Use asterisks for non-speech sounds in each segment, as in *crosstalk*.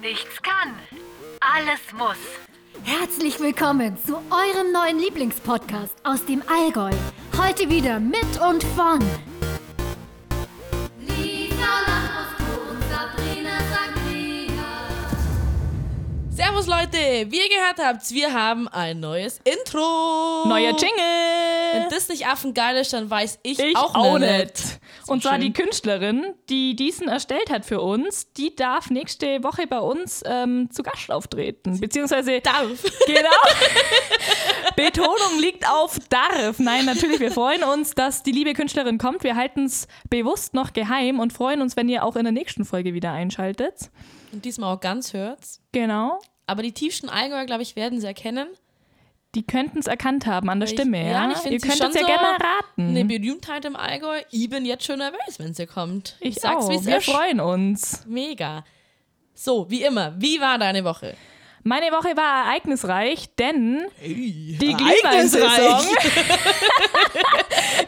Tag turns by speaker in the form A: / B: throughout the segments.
A: Nichts kann, alles muss.
B: Herzlich willkommen zu eurem neuen Lieblingspodcast aus dem Allgäu. Heute wieder mit und von.
C: Servus Leute, wie ihr gehört habt, wir haben ein neues Intro.
D: Neuer Jingle!
C: Wenn das nicht affengeil ist, dann weiß ich,
D: Ich
C: auch,
D: auch
C: nicht.
D: nicht. Und zwar die Künstlerin, die diesen erstellt hat für uns, die darf nächste Woche bei uns ähm, zu Gast auftreten. Beziehungsweise
C: Darf.
D: *laughs* Genau. Betonung liegt auf darf. Nein, natürlich, wir freuen uns, dass die liebe Künstlerin kommt. Wir halten es bewusst noch geheim und freuen uns, wenn ihr auch in der nächsten Folge wieder einschaltet.
C: Und diesmal auch ganz hört's.
D: Genau.
C: Aber die tiefsten Allgäuer, glaube ich, werden sie erkennen.
D: Die könnten es erkannt haben an der
C: Ich-
D: Stimme.
C: ja,
D: Ja,
C: ich find
D: Ihr
C: sie
D: könnt
C: schon
D: es ja
C: so- ne,
D: gerne raten.
C: Eine Berühmtheit im Allgäu. Ich bin jetzt schon nervös, wenn sie kommt.
D: ich
C: sag's,
D: auch.
C: wie es
D: Wir
C: ist.
D: freuen uns.
C: Mega. So, wie immer, wie war deine Woche?
D: Meine Woche war ereignisreich, denn die Glühweinsaison.
C: Ereignisreich.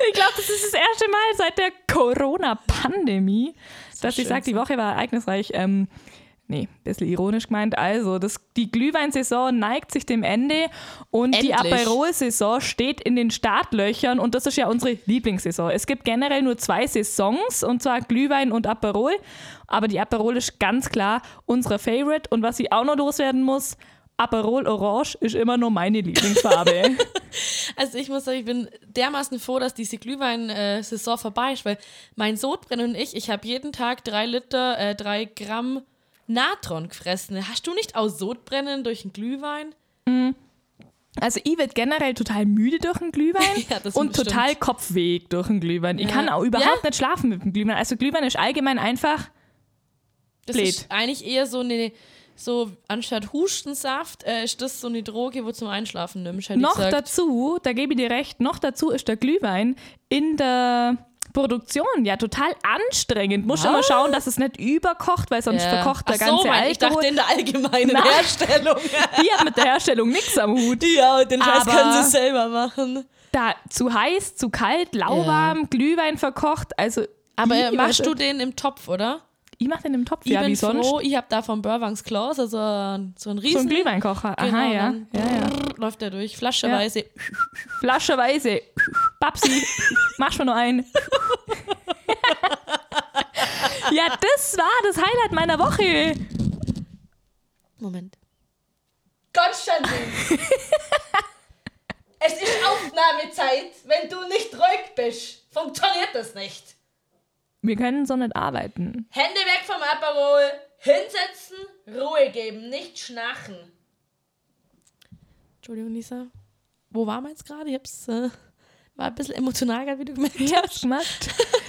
D: ich glaube, das ist das erste Mal seit der Corona-Pandemie, dass ich
C: schön.
D: sage, die Woche war ereignisreich. Ähm, nee, ein bisschen ironisch gemeint. Also, das, die Glühweinsaison neigt sich dem Ende und die
C: Endlich.
D: Aperol-Saison steht in den Startlöchern und das ist ja unsere Lieblingssaison. Es gibt generell nur zwei Saisons und zwar Glühwein und Aperol, aber die Aperol ist ganz klar unser Favorite und was ich auch noch loswerden muss, Aperol Orange ist immer nur
C: *laughs*
D: meine Lieblingsfarbe.
C: Also ich muss sagen, ich bin dermaßen froh, dass diese Glühwein-Saison vorbei ist, weil mein Sodbrenner und ich, ich habe jeden Tag drei Liter, äh, drei Gramm Natron gefressen. Hast du nicht auch Sodbrennen durch den Glühwein?
D: Also ich werde generell total müde durch den Glühwein
C: *laughs* Ja, das
D: und
C: stimmt.
D: total kopfweg durch den Glühwein. Ich
C: Ja.
D: kann auch überhaupt
C: Ja?
D: nicht schlafen mit dem Glühwein. Also Glühwein ist allgemein einfach.
C: Das
D: Blät.
C: ist eigentlich eher so eine, so anstatt Hustensaft, äh, ist das so eine Droge, wo zum Einschlafen nimmst, hätte ich
D: noch
C: gesagt.
D: dazu, da gebe ich dir recht, noch dazu ist der Glühwein in der Produktion ja total anstrengend. Muss immer schauen, dass es nicht überkocht, weil sonst
C: Ah. Ja.
D: verkocht der
C: Ach so,
D: ganze
C: mein, Ich
D: Alkohol.
C: dachte in der allgemeinen
D: Nein.
C: Herstellung. *laughs*
D: Die hat mit der Herstellung nichts am Hut.
C: ja, den Scheiß
D: Aber-
C: können sie selber machen.
D: Da zu heiß, zu kalt, lauwarm, Glühwein verkocht. Also
C: Aber
D: ich
C: äh, machst
D: weiß-
C: du den im Topf, oder?
D: Ich mach den im Topf,
C: ich
D: ja,
C: bin
D: wie sonst.
C: froh, ich habe da von Burbanks Klaus, also ein- so einen
D: So
C: riesen
D: ein Glühweinkocher. Aha,
C: Genau,
D: ja.
C: dann
D: ja, ja.
C: läuft er durch, flascheweise.
D: Flascheweise. Babsi, machst mir nur einen. ja, das war das Highlight meiner Woche.
C: Moment.
E: Konstantin! es ist Aufnahmezeit, wenn du nicht ruhig bist. Funktioniert das nicht.
D: Wir können so nicht arbeiten.
E: Hände weg vom Aperol, hinsetzen, Ruhe geben, nicht schnarchen.
C: Entschuldigung, Lisa. Wo waren wir jetzt gerade? Ich hab's, äh, war ein bisschen emotional, gerade, wie du gemerkt
D: Ich hab's gemacht.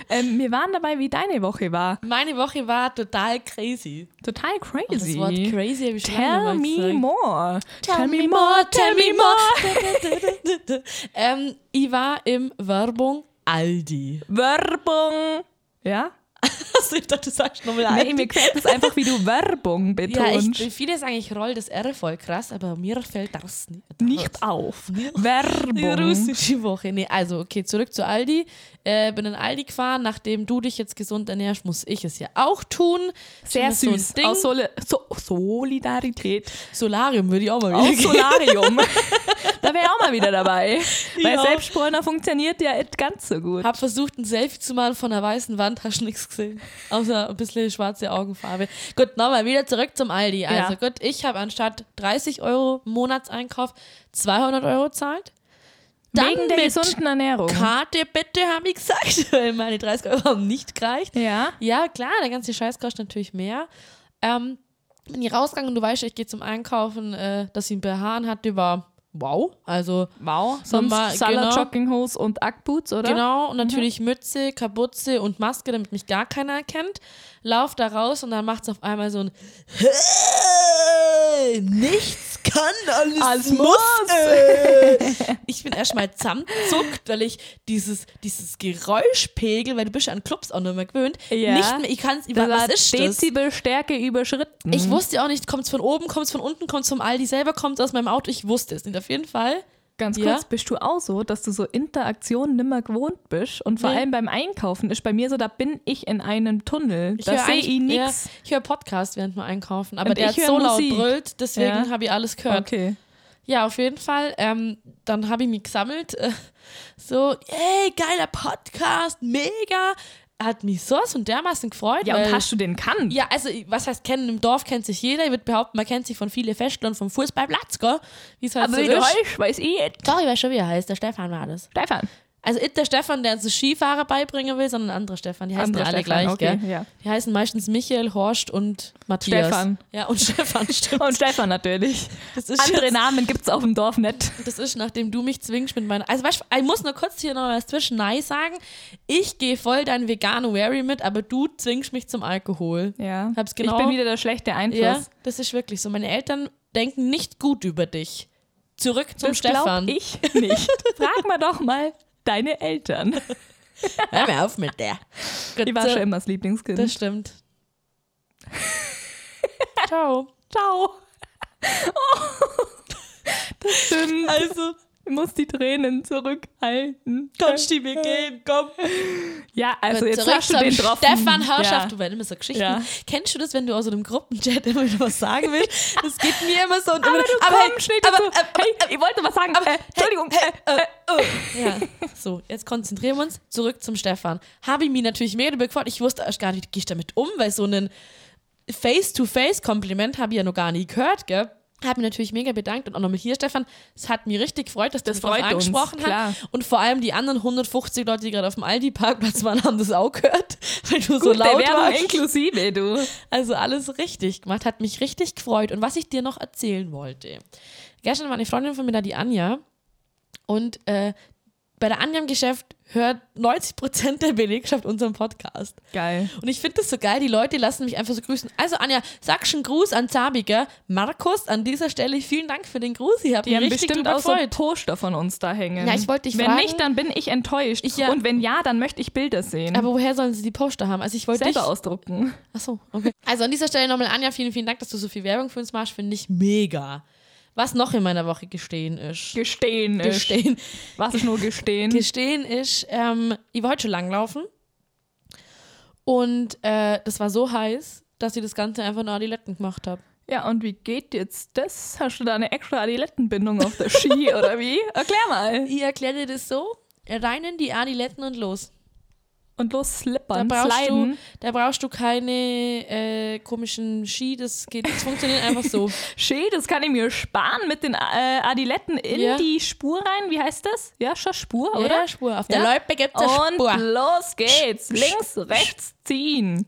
D: ähm, wir waren dabei, wie deine Woche war.
C: hast. Meine Woche war total crazy.
D: Total
C: Oh, das
D: crazy.
C: Wort crazy habe ich schon
D: Tell
C: lange nicht mehr
D: me
C: gesagt.
D: more. Tell me
C: more. *laughs* ähm, ich war im Werbung Aldi. *laughs*
D: Werbung. Ja?
C: Also ich dachte, du sagst nochmal
D: Nee, mir gefällt das einfach, wie du Werbung
C: *laughs* Ja,
D: betonst.
C: ich, viele sagen, ich roll das R voll krass, aber mir fällt das nicht.
D: Nicht auf.
C: Die
D: Werbung.
C: russische Woche. Nee, also okay, zurück zu Aldi. Äh, bin in Aldi gefahren. Nachdem du dich jetzt gesund ernährst, muss ich es ja auch tun.
D: Sehr
C: Schon mal
D: süß.
C: So ein Ding.
D: Aus Soli so Solidarität.
C: Solarium würde ich auch mal wieder
D: Aus
C: gehen.
D: Solarium. da wäre ich auch mal wieder dabei. Weil
C: Ja.
D: Selbstbräuner funktioniert ja nicht ganz so gut.
C: Hab versucht, ein Selfie zu machen von einer weißen Wand, hast nichts gesehen. Außer ein bisschen schwarze Augenfarbe. Gut, nochmal wieder zurück zum Aldi. Also gut, ich habe anstatt 30 Euro Monatseinkauf 200 Euro zahlt. Dann
D: Wegen der
C: mit
D: gesunden Ernährung.
C: Karte bitte, habe ich gesagt, *laughs* weil meine 30 Euro haben nicht gereicht.
D: ja.
C: Ja, klar, der ganze Scheiß kostet natürlich mehr. Ähm, bin ich rausgegangen und du weißt, ja, ich gehe zum Einkaufen, äh, dass sie ein BH hatte, war wow. Also,
D: Wow. Sonst
C: Nochmal,
D: Salat,
C: genau.
D: Jogginghose und Ackboots, oder?
C: genau. Und natürlich Mütze, Kapuze und Maske, damit mich gar keiner erkennt. Lauf da raus und dann macht es auf einmal so ein *laughs* Nichts kann, alles,
D: Alles
C: muss.
D: muss.
C: *laughs* ich bin erstmal zusammenzuckt, weil ich dieses, dieses Geräuschpegel, weil du bist ja an Clubs auch nicht mehr gewöhnt,
D: Ja.
C: nicht mehr, ich kann es,
D: Da
C: was
D: war Mhm.
C: ist das?
D: Dezibelstärke überschritten.
C: Ich wusste auch nicht, kommt es von oben, kommt es von unten, kommt es vom Aldi selber, kommt es aus meinem Auto. Ich wusste es nicht. Auf jeden Fall
D: Ganz
C: Ja?
D: kurz, bist du auch so, dass du so Interaktionen nimmer gewohnt bist? Und vor
C: Nee.
D: allem beim Einkaufen ist bei mir so, da bin ich in einem Tunnel.
C: Ich
D: da
C: höre
D: sehe
C: eigentlich-
D: ich nichts.
C: Ja, ich höre Podcast während wir einkaufen, aber
D: Und
C: der
D: ich
C: hat
D: höre
C: so laut
D: Musik.
C: brüllt, deswegen
D: Ja.
C: habe ich alles gehört.
D: Okay.
C: Ja, auf jeden Fall. Ähm, dann habe ich mich gesammelt. *laughs* Äh, so, ey, geiler Podcast, mega. Hat mich sowas und dermaßen gefreut.
D: Ja, und
C: weil-
D: hast du den kann?
C: ja, also, was heißt kennen? Im Dorf kennt sich jeder. Ich würde behaupten, man kennt sich von vielen Festen und vom Fußballplatz, gell? Wie es halt so ist.
D: weiß ich jetzt.
C: Sorry, wer schon wieder heißt. Der Stefan war das.
D: Stefan.
C: Also, nicht der Stefan, der uns den Skifahrer beibringen will, sondern ein anderer Stefan. Die heißen
D: Anderer
C: ja alle
D: Stefan,
C: gleich,
D: okay,
C: gell?
D: ja.
C: Die heißen meistens Michael, Horst und Matthias.
D: Stefan.
C: Ja, und
D: *laughs*
C: Stefan, stimmt.
D: Und Stefan natürlich.
C: Das *laughs* ist
D: Andere
C: jetzt-
D: Namen gibt's auf dem Dorf nicht.
C: Das ist, nachdem du mich zwingst mit meiner. Also, weißt du, ich muss nur kurz hier noch was zwischen Nein sagen. Ich gehe voll dein vegano Wary mit, aber du zwingst mich zum Alkohol.
D: Ja.
C: Hab's genau.
D: Ich bin wieder der schlechte Einfluss.
C: ja, das ist wirklich so. Meine Eltern denken nicht gut über dich. Zurück zum
D: das
C: Stefan.
D: glaub ich
C: *laughs*
D: nicht. Frag mal doch mal deine Eltern.
C: Hör mir auf mit der. Gut,
D: Die war
C: so,
D: schon immer das Lieblingskind.
C: Das stimmt. Ciao. *laughs*
D: Ciao. Das stimmt. *laughs* Also, ich muss die Tränen zurückhalten.
C: Komm, Stimme, gehen, komm.
D: Ja, also jetzt
C: zurück
D: hast du
C: zum
D: den drauf.
C: Stefan Herrschaft,
D: Ja.
C: du werden immer so Geschichten.
D: Ja.
C: Kennst du das, wenn du aus so einem Gruppenchat *laughs* immer wieder was sagen willst? Das geht mir immer so. Und
D: Aber
C: immer,
D: du
C: aber
D: kommst
C: hey,
D: nicht
C: aber, äh,
D: dazu. hey, ich wollte was sagen. äh, Entschuldigung. äh, äh,
C: Ja, so, jetzt konzentrieren wir uns zurück zum Stefan. Habe ich mich natürlich mega darüber gefreut. Ich wusste erst gar nicht, gehe ich damit um, weil so einen Face-to-Face-Kompliment habe ich ja noch gar nie gehört, gell? Habe mich natürlich mega bedankt und auch nochmal hier, Stefan. Es hat mich richtig gefreut, dass du das
D: freut uns,
C: angesprochen
D: klar.
C: hast. Und vor allem die anderen 150 Leute, die gerade auf dem Aldi-Parkplatz waren, haben das auch gehört, *laughs* weil du so
D: Gut, der
C: laut
D: Werbung
C: warst.
D: inklusive, du.
C: Also alles richtig gemacht, hat mich richtig gefreut. Und was ich dir noch erzählen wollte. Gestern war eine Freundin von mir da, die Anja. Und äh, bei der Anja im Geschäft hört 90% der Belegschaft unseren Podcast.
D: Geil.
C: Und ich finde das so geil, die Leute lassen mich einfach so grüßen. Also Anja, sag schon Gruß an Zabiger. Markus, an dieser Stelle vielen Dank für den Gruß. Ich habe
D: Die
C: mich
D: haben
C: richtig
D: bestimmt
C: drüber
D: auch so
C: gefreut.
D: Poster von uns da hängen.
C: Ja, ich wollte dich
D: Wenn
C: fragen-
D: nicht, dann bin ich enttäuscht.
C: Ich ja-
D: Und wenn ja, dann möchte ich Bilder sehen.
C: Aber woher sollen sie die Poster haben? Also ich wollte dich...
D: Selber ausdrucken.
C: Achso, okay. Also an dieser Stelle nochmal Anja, vielen, vielen Dank, dass du so viel Werbung für uns machst. Finde ich mega. Was noch in meiner Woche gestehen ist.
D: Gestehen. ist.
C: Gestehen.
D: Was ist nur gestehen?
C: Gestehen ist, ähm, ich war heute schon langlaufen. Und äh, das war so heiß, dass ich das Ganze einfach nur Adiletten gemacht habe.
D: Ja, und wie geht jetzt das? Hast du da eine extra Adilettenbindung auf
C: *laughs*
D: der Ski oder wie? Erklär mal.
C: Ich erkläre dir das so: rein in die Adiletten und los.
D: Und los
C: Da
D: slippern,
C: brauchst, du,
D: sliden.
C: da brauchst du keine äh, komischen Ski, das, geht, das funktioniert einfach so.
D: Schön, das kann ich mir sparen mit den äh, Adiletten in
C: Ja.
D: die Spur rein. Wie heißt das? Ja, schon Spur,
C: Oder?
D: *laughs* oder?
C: Spur. Auf
D: Ja.
C: der Loipe gibt es eine
D: Und
C: Spur.
D: los geht's. Links, rechts ziehen.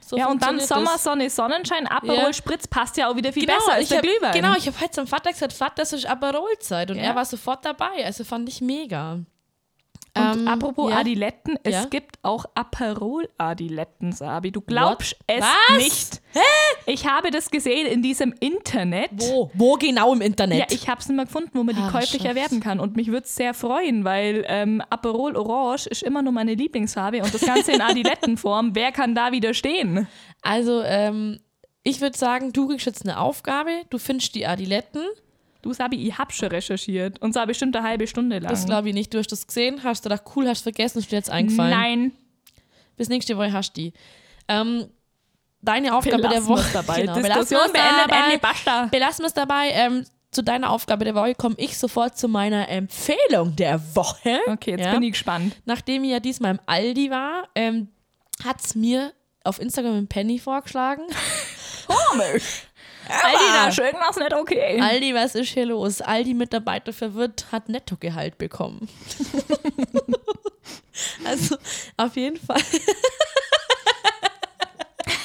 C: So
D: ja, und dann
C: funktioniert das.
D: Sommersonne, Sonnenschein, Aperol,
C: Ja.
D: Spritz passt ja auch wieder viel besser als
C: ich
D: der
C: hab,
D: Glühwein.
C: Genau, ich habe heute zum Vater gesagt, Vater, das ist Aperolzeit. Und
D: Ja.
C: er war sofort dabei. Also fand ich mega.
D: Und
C: Ähm,
D: apropos
C: ja.
D: Adiletten, es
C: Ja.
D: gibt auch Aperol-Adiletten, Sabi. Du glaubst es
C: Was?
D: nicht. Ich habe das gesehen in diesem Internet.
C: Wo? Wo genau im Internet?
D: Ja, ich habe es nicht mehr gefunden, wo man die
C: Ah,
D: käuflich
C: Schatz.
D: erwerben kann. Und mich würde es sehr freuen, weil ähm, Aperol Orange ist immer nur meine Lieblingsfarbe und das
C: *laughs*
D: Ganze in Adilettenform. Wer kann da widerstehen?
C: also, ähm, ich würde sagen, du kriegst jetzt eine Aufgabe. Du findest die Adiletten.
D: Du, Sabi, ich hab schon recherchiert. Und zwar bestimmt eine halbe Stunde lang.
C: Das glaube ich nicht. Du hast das gesehen, hast du gedacht, cool, hast vergessen, ist dir jetzt eingefallen.
D: Nein.
C: Bis nächste Woche hast du die. Ähm, deine Aufgabe
D: Belassen
C: der Woche.
D: wir's
C: *laughs*
D: dabei.
C: Genau,
D: Diskussion
C: belassen wir's
D: beendet,
C: dabei.
D: Ende, basta.
C: Belassen wir es dabei. Ähm, zu deiner Aufgabe der Woche komme ich sofort zu meiner Empfehlung der Woche.
D: Okay, jetzt
C: Ja.
D: bin ich gespannt.
C: nachdem ich ja diesmal im Aldi war, ähm, hat es mir auf Instagram ein Penny
D: *laughs*
C: vorgeschlagen.
D: Aldi, da ist irgendwas nicht okay.
C: Aldi, was ist hier los? Aldi-Mitarbeiter verwirrt, hat Nettogehalt
D: *laughs*
C: bekommen. also, auf jeden Fall.
D: *laughs*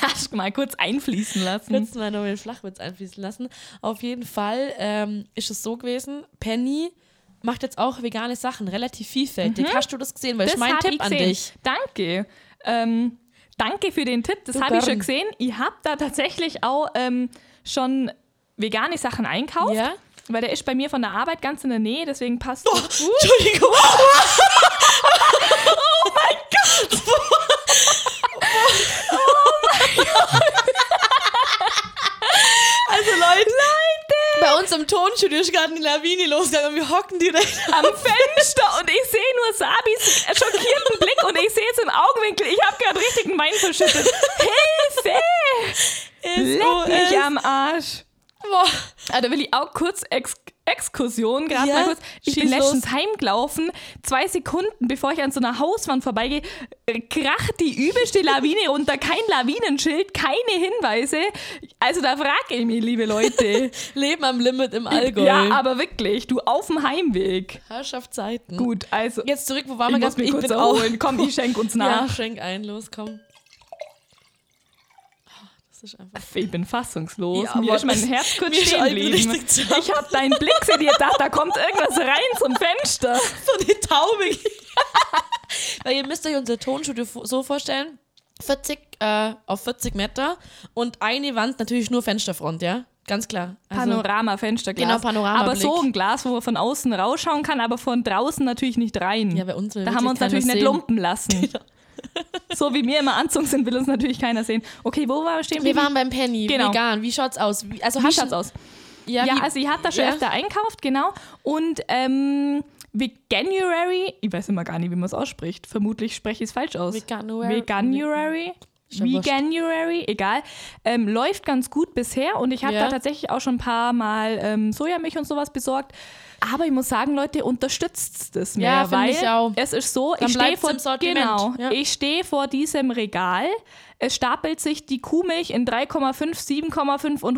D: Hast du mal kurz einfließen lassen.
C: kurz mal noch den Flachwitz einfließen lassen. Auf jeden Fall ähm, ist es so gewesen, Penny macht jetzt auch vegane Sachen, relativ vielfältig. Hast du das gesehen? Weil das ist mein
D: Mhm. hab
C: Tipp
D: ich
C: an
D: gesehen.
C: dich.
D: Danke. Ähm, danke für den Tipp. Das habe ich
C: gern.
D: schon gesehen. Ich habe da tatsächlich auch ähm, schon vegane Sachen einkauft.
C: Ja.
D: Weil der ist bei mir von der Arbeit ganz in der Nähe, deswegen passt oh, das gut.
C: *laughs* Entschuldigung. oh mein Gott. Also Leute, bei uns im Tonstudio ist gerade eine Lawine losgegangen und wir hocken direkt
D: am Fenster und ich sehe nur Sabis schockierten Blick und ich sehe es im Augenwinkel. Ich habe gerade richtig einen Wein verschüttet.
C: *laughs*
D: Hilfe! Leck mich am Arsch.
C: Boah.
D: Ah, da will ich auch kurz Ex Exkursion gerade
C: Ja,
D: mal kurz. Ich bin
C: schieß los.
D: letztens heimgelaufen, zwei Sekunden bevor ich an so einer Hauswand vorbeigehe, äh, kracht die übelste Lawine *laughs* runter. Kein Lawinenschild, keine Hinweise. Also da frag ich mich, liebe Leute.
C: Leben am Limit im *laughs* Allgäu.
D: ja, aber wirklich, du auf dem Heimweg.
C: Herrschaftszeiten.
D: Gut, also
C: Jetzt zurück, wo waren
D: ich
C: wir
D: muss
C: ganz?
D: mich
C: Ich
D: kurz
C: bin auch.
D: erholen. Komm, ich schenk uns
C: *laughs* Ja,
D: nach.
C: schenk ein, los, komm. Ah, Das ist einfach.
D: Ich bin fassungslos.
C: Ja,
D: mir
C: aber
D: ist mein
C: das-
D: Herz kurz
C: mir ist
D: stehen
C: alles
D: geblieben.
C: richtig zusammen.
D: Ich hab deinen Blick gesehen, ich dachte, da kommt irgendwas rein zum Fenster.
C: So eine Taube. *laughs* Weil ihr müsst euch unser Tonstudio vo- so vorstellen: 40 äh, auf 40 Meter und eine Wand natürlich nur Fensterfront, ja? Ganz klar. Also,
D: Panorama-Fensterglas.
C: Genau, Panoramablick.
D: Aber so ein Glas, wo wir von außen rausschauen kann, aber von draußen natürlich nicht rein.
C: Ja, bei uns will
D: da haben
C: wirklich
D: wir uns
C: keiner
D: natürlich nicht
C: sehen. Genau. *laughs*
D: lumpen lassen. so wie wir immer anzogen sind, will uns natürlich keiner sehen. Okay, wo waren wir stehen?
C: wir waren beim Penny,
D: Genau.
C: vegan. Wie schaut's aus? Wie, also
D: wie
C: hast du-
D: schaut's aus?
C: Ja,
D: Ja,
C: wie,
D: also ich hatte da schon
C: ja.
D: öfter einkauft, genau. Und ähm, Veganuary, ich weiß immer gar nicht, wie man es ausspricht. Vermutlich spreche ich es falsch aus.
C: Veganuary.
D: Veganuary.
C: ja wurscht.
D: Veganuary, egal. Ähm, läuft ganz gut bisher und ich habe
C: Ja.
D: da tatsächlich auch schon ein paar Mal ähm, Sojamilch und sowas besorgt. Aber ich muss sagen, Leute, unterstützt es mehr,
C: Ja, find
D: weil
C: ich auch.
D: es ist so,
C: Dann
D: ich stehe
C: bleibt's
D: vor
C: im Sortiment.
D: genau,
C: Ja.
D: ich stehe vor diesem Regal. Es stapelt sich die Kuhmilch in 3,5, 7,5 und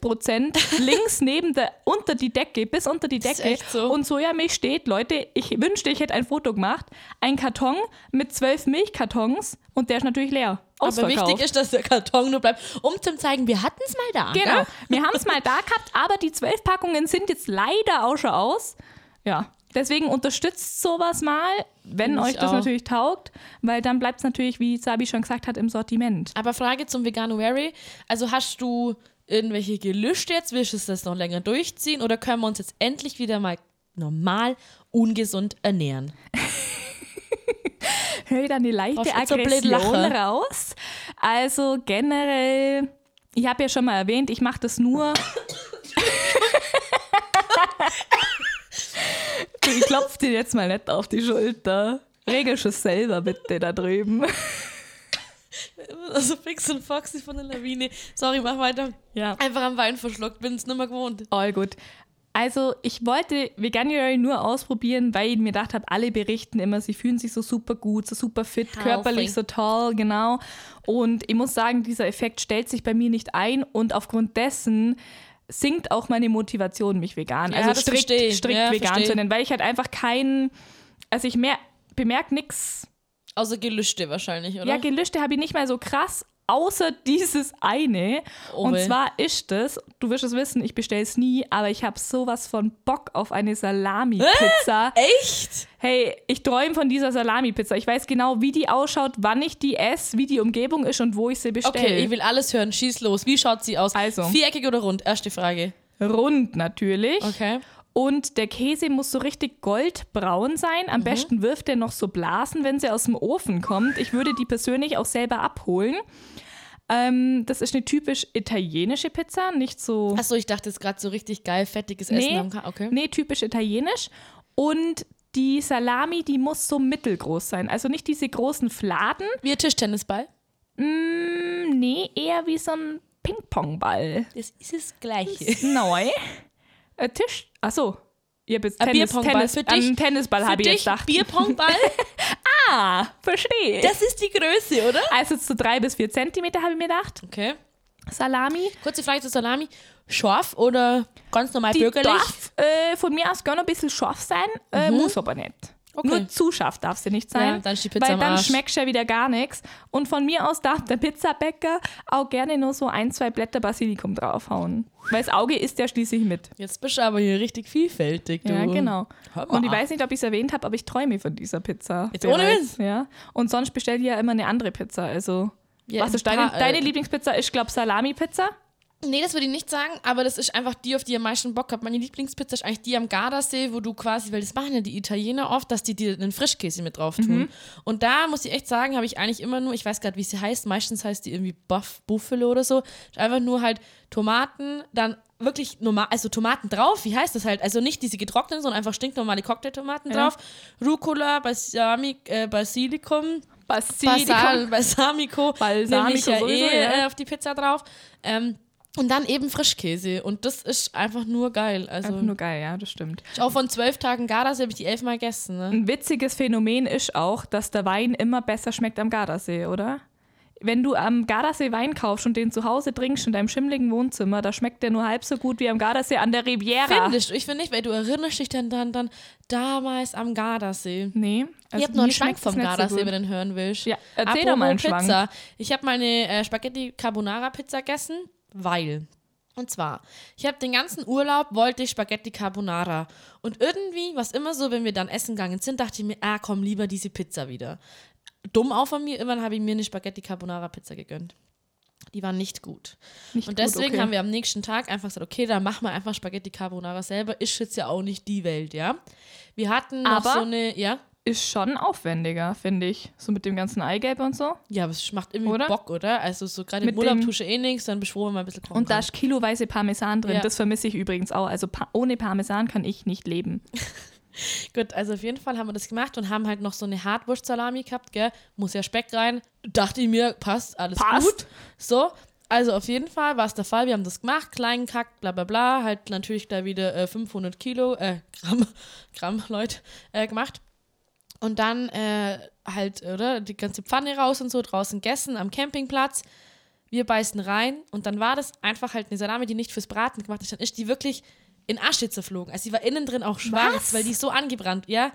C: *laughs*
D: Prozent links neben der unter die Decke bis unter die
C: ist
D: Decke
C: echt so.
D: und Sojamilch steht. Leute, ich wünschte, ich hätte ein Foto gemacht. Ein Karton mit zwölf Milchkartons und der ist natürlich leer.
C: aber
D: Ausverkauft.
C: wichtig ist, dass der Karton nur bleibt, um zum zeigen, wir hatten's mal da.
D: Genau,
C: gell?
D: wir haben es mal da gehabt, aber die zwölf Packungen sind jetzt leider auch schon aus. Ja, deswegen unterstützt sowas mal,
C: Find
D: wenn
C: ich
D: euch das
C: auch.
D: natürlich taugt, weil dann bleibt es natürlich, wie Sabi schon gesagt hat, im Sortiment.
C: Aber Frage zum Veganuary. Also hast du irgendwelche Gelüste jetzt? Willst du das noch länger durchziehen? Oder können wir uns jetzt endlich wieder mal normal, ungesund ernähren? *laughs*
D: Hör dann die leichte
C: Brauchst du so blöd
D: Aggression
C: lachen?
D: raus. Also generell, ich habe ja schon mal erwähnt, ich mache das nur. *laughs* Du, ich klopf dir jetzt mal nicht auf die Schulter. Regelst es selber bitte da drüben.
C: Also fix und foxy von der Lawine. Sorry, mach weiter.
D: Ja.
C: Einfach am Wein verschluckt, bin es nicht mehr gewohnt.
D: *laughs* All gut. Also ich wollte Veganuary nur ausprobieren, weil ich mir gedacht habe, alle berichten immer, sie fühlen sich so super gut, so super fit, körperlich so toll, genau. Und ich muss sagen, dieser Effekt stellt sich bei mir nicht ein und aufgrund dessen sinkt auch meine Motivation, mich vegan,
C: Ja,
D: also
C: das
D: strikt,
C: versteh ich.
D: strikt
C: Ja,
D: vegan
C: versteh.
D: zu nennen, weil ich halt einfach keinen, also ich mer bemerke nichts
C: Außer Gelüste wahrscheinlich, oder?
D: ja, Gelüste habe ich nicht mehr so krass, außer dieses eine.
C: Oh
D: und
C: weh.
D: zwar ist es, du wirst es wissen, ich bestelle es nie, aber ich habe sowas von Bock auf eine Salami-Pizza.
C: Echt?
D: Hey, ich träume von dieser Salami-Pizza. Ich weiß genau, wie die ausschaut, wann ich die esse, wie die Umgebung ist und wo ich sie bestelle.
C: Okay, ich will alles hören. Schieß los. Wie schaut sie aus?
D: Also.
C: Viereckig oder rund? Erste Frage.
D: Rund natürlich.
C: Okay.
D: Und der Käse muss so richtig goldbraun sein.
C: Mhm.
D: Am besten wirft er noch so Blasen, wenn sie aus dem Ofen kommt. Ich würde die persönlich auch selber abholen. Ähm, das ist eine typisch italienische Pizza, nicht so.
C: Achso, ich dachte jetzt gerade so richtig geil, fettiges Essen haben kann. Okay.
D: nee, typisch italienisch. Und die Salami, die muss so mittelgroß sein. Also nicht diese großen Fladen.
C: Wie ein Tischtennisball.
D: Mm, nee, eher wie so ein Ping-Pong-Ball.
C: Das ist das Gleiche.
D: Neu. Ein Tisch. Achso. Ihr bist
C: Ein
D: Tennis,
C: Bierpongball
D: Tennis,
C: für dich.
D: An Tennisball
C: Für
D: habe ich
C: dich
D: jetzt gedacht.
C: Bierpongball,
D: Ah, verstehe.
C: *laughs* das ist die Größe, oder?
D: Also zu drei bis vier Zentimeter habe ich mir gedacht.
C: Okay.
D: Salami.
C: Kurze Frage zu Salami. Scharf oder ganz normal
D: Die
C: bürgerlich? Mhm.
D: darf äh, von mir aus gerne ein bisschen scharf sein, äh, muss aber nicht.
C: Okay.
D: Nur zu scharf darf sie nicht sein,
C: Ja, dann ist die Pizza
D: weil
C: am
D: dann
C: Arsch.
D: schmeckt ja wieder gar nichts. Und von mir aus darf der Pizzabäcker auch gerne nur so ein, zwei Blätter Basilikum draufhauen. Weil das Auge isst ja schließlich mit.
C: Jetzt bist du aber hier richtig vielfältig, du.
D: Ja, genau.
C: Hör mal.
D: Und ich weiß nicht, ob ich es erwähnt habe, aber ich träume von dieser Pizza.
C: Jetzt ohne
D: bereits, Ja. Und sonst bestell ich ja immer eine andere Pizza. Also,
C: Ja,
D: was
C: ein
D: ist deine,
C: paar, äh,
D: deine Lieblingspizza? Ich glaube, Salami-Pizza.
C: Nee, das würde ich nicht sagen, aber das ist einfach die, auf die ich am meisten Bock habe. Meine Lieblingspizza ist eigentlich die am Gardasee, wo du quasi, weil das machen ja die Italiener oft, dass die dir einen Frischkäse mit drauf tun. Und da muss ich echt sagen, habe ich eigentlich immer nur, ich weiß gerade, wie sie heißt, meistens heißt die irgendwie Buff Buffalo oder so. Ist einfach nur halt Tomaten, dann wirklich normal, also Tomaten drauf, wie heißt das halt? Also nicht diese getrockneten, sondern einfach stinknormale Cocktailtomaten
D: Ja.
C: drauf. Rucola, Balsamic, äh, Basilikum.
D: Basilikum.
C: Basal, Balsamico,
D: Balsamico
C: nehme ich ja
D: sowieso,
C: eh
D: ja.
C: äh, auf die Pizza drauf. Ähm, und dann eben Frischkäse. Und das ist einfach nur geil. Also
D: Einfach nur geil, ja, das stimmt.
C: ich auch von zwölf Tagen Gardasee habe ich die elfmal gegessen. Ne?
D: Ein witziges Phänomen ist auch, dass der Wein immer besser schmeckt am Gardasee, oder? Wenn du am Gardasee Wein kaufst und den zu Hause trinkst in deinem schimmligen Wohnzimmer, da schmeckt der nur halb so gut wie am Gardasee an der Riviera.
C: Findest du? Ich finde nicht, weil du erinnerst dich dann, dann, dann damals am Gardasee.
D: Nee.
C: Ich
D: also
C: habe noch einen Schwank
D: mir schmeckt's
C: vom
D: nicht so
C: Gardasee,
D: gut.
C: wenn du den hören willst.
D: Ja, erzähl doch mal einen
C: Apropos Pizza. Ich habe meine äh, Spaghetti Carbonara Pizza gegessen, weil. Und zwar, ich habe den ganzen Urlaub wollte ich Spaghetti Carbonara. Und irgendwie, was immer so, wenn wir dann essen gegangen sind, dachte ich mir, ah komm, lieber diese Pizza wieder. Dumm auch von mir, irgendwann habe ich mir eine Spaghetti Carbonara Pizza gegönnt. Die war nicht gut.
D: Nicht
C: und
D: gut,
C: deswegen
D: okay.
C: haben wir am nächsten Tag einfach gesagt, okay, dann machen wir einfach Spaghetti Carbonara selber. Ist jetzt ja auch nicht die Welt, ja. Wir hatten noch
D: Aber-
C: so eine, ja.
D: Ist schon aufwendiger, finde ich. So mit dem ganzen Eigelb und so.
C: Ja, aber es macht irgendwie
D: Oder?
C: Bock, oder? Also so gerade
D: Mit
C: im Urlaub
D: dem-
C: tust du eh nichts, dann beschworen wir mal ein bisschen Korn
D: Und da
C: dran.
D: ist kiloweise Parmesan drin.
C: Ja.
D: Das vermisse ich übrigens auch. Also pa ohne Parmesan kann ich nicht leben.
C: Gut, also auf jeden Fall haben wir das gemacht und haben halt noch so eine Hartwurst-Salami gehabt, gell? Muss ja Speck rein. Dachte ich mir, passt, alles
D: Passt.
C: gut. So, also auf jeden Fall war es der Fall. Wir haben das gemacht, klein gekackt, bla bla bla. Halt natürlich da wieder äh, 500 Kilo, äh, Gramm, *laughs* Gramm, Leute, äh, gemacht. Und dann äh, halt, oder, die ganze Pfanne raus und so, draußen gegessen am Campingplatz. Wir beißen rein und dann war das einfach halt eine Salami, die nicht fürs Braten gemacht ist. Dann ist die wirklich in Asche zerflogen. Also sie war innen drin auch schwarz,
D: Was?
C: weil die ist so angebrannt, ja.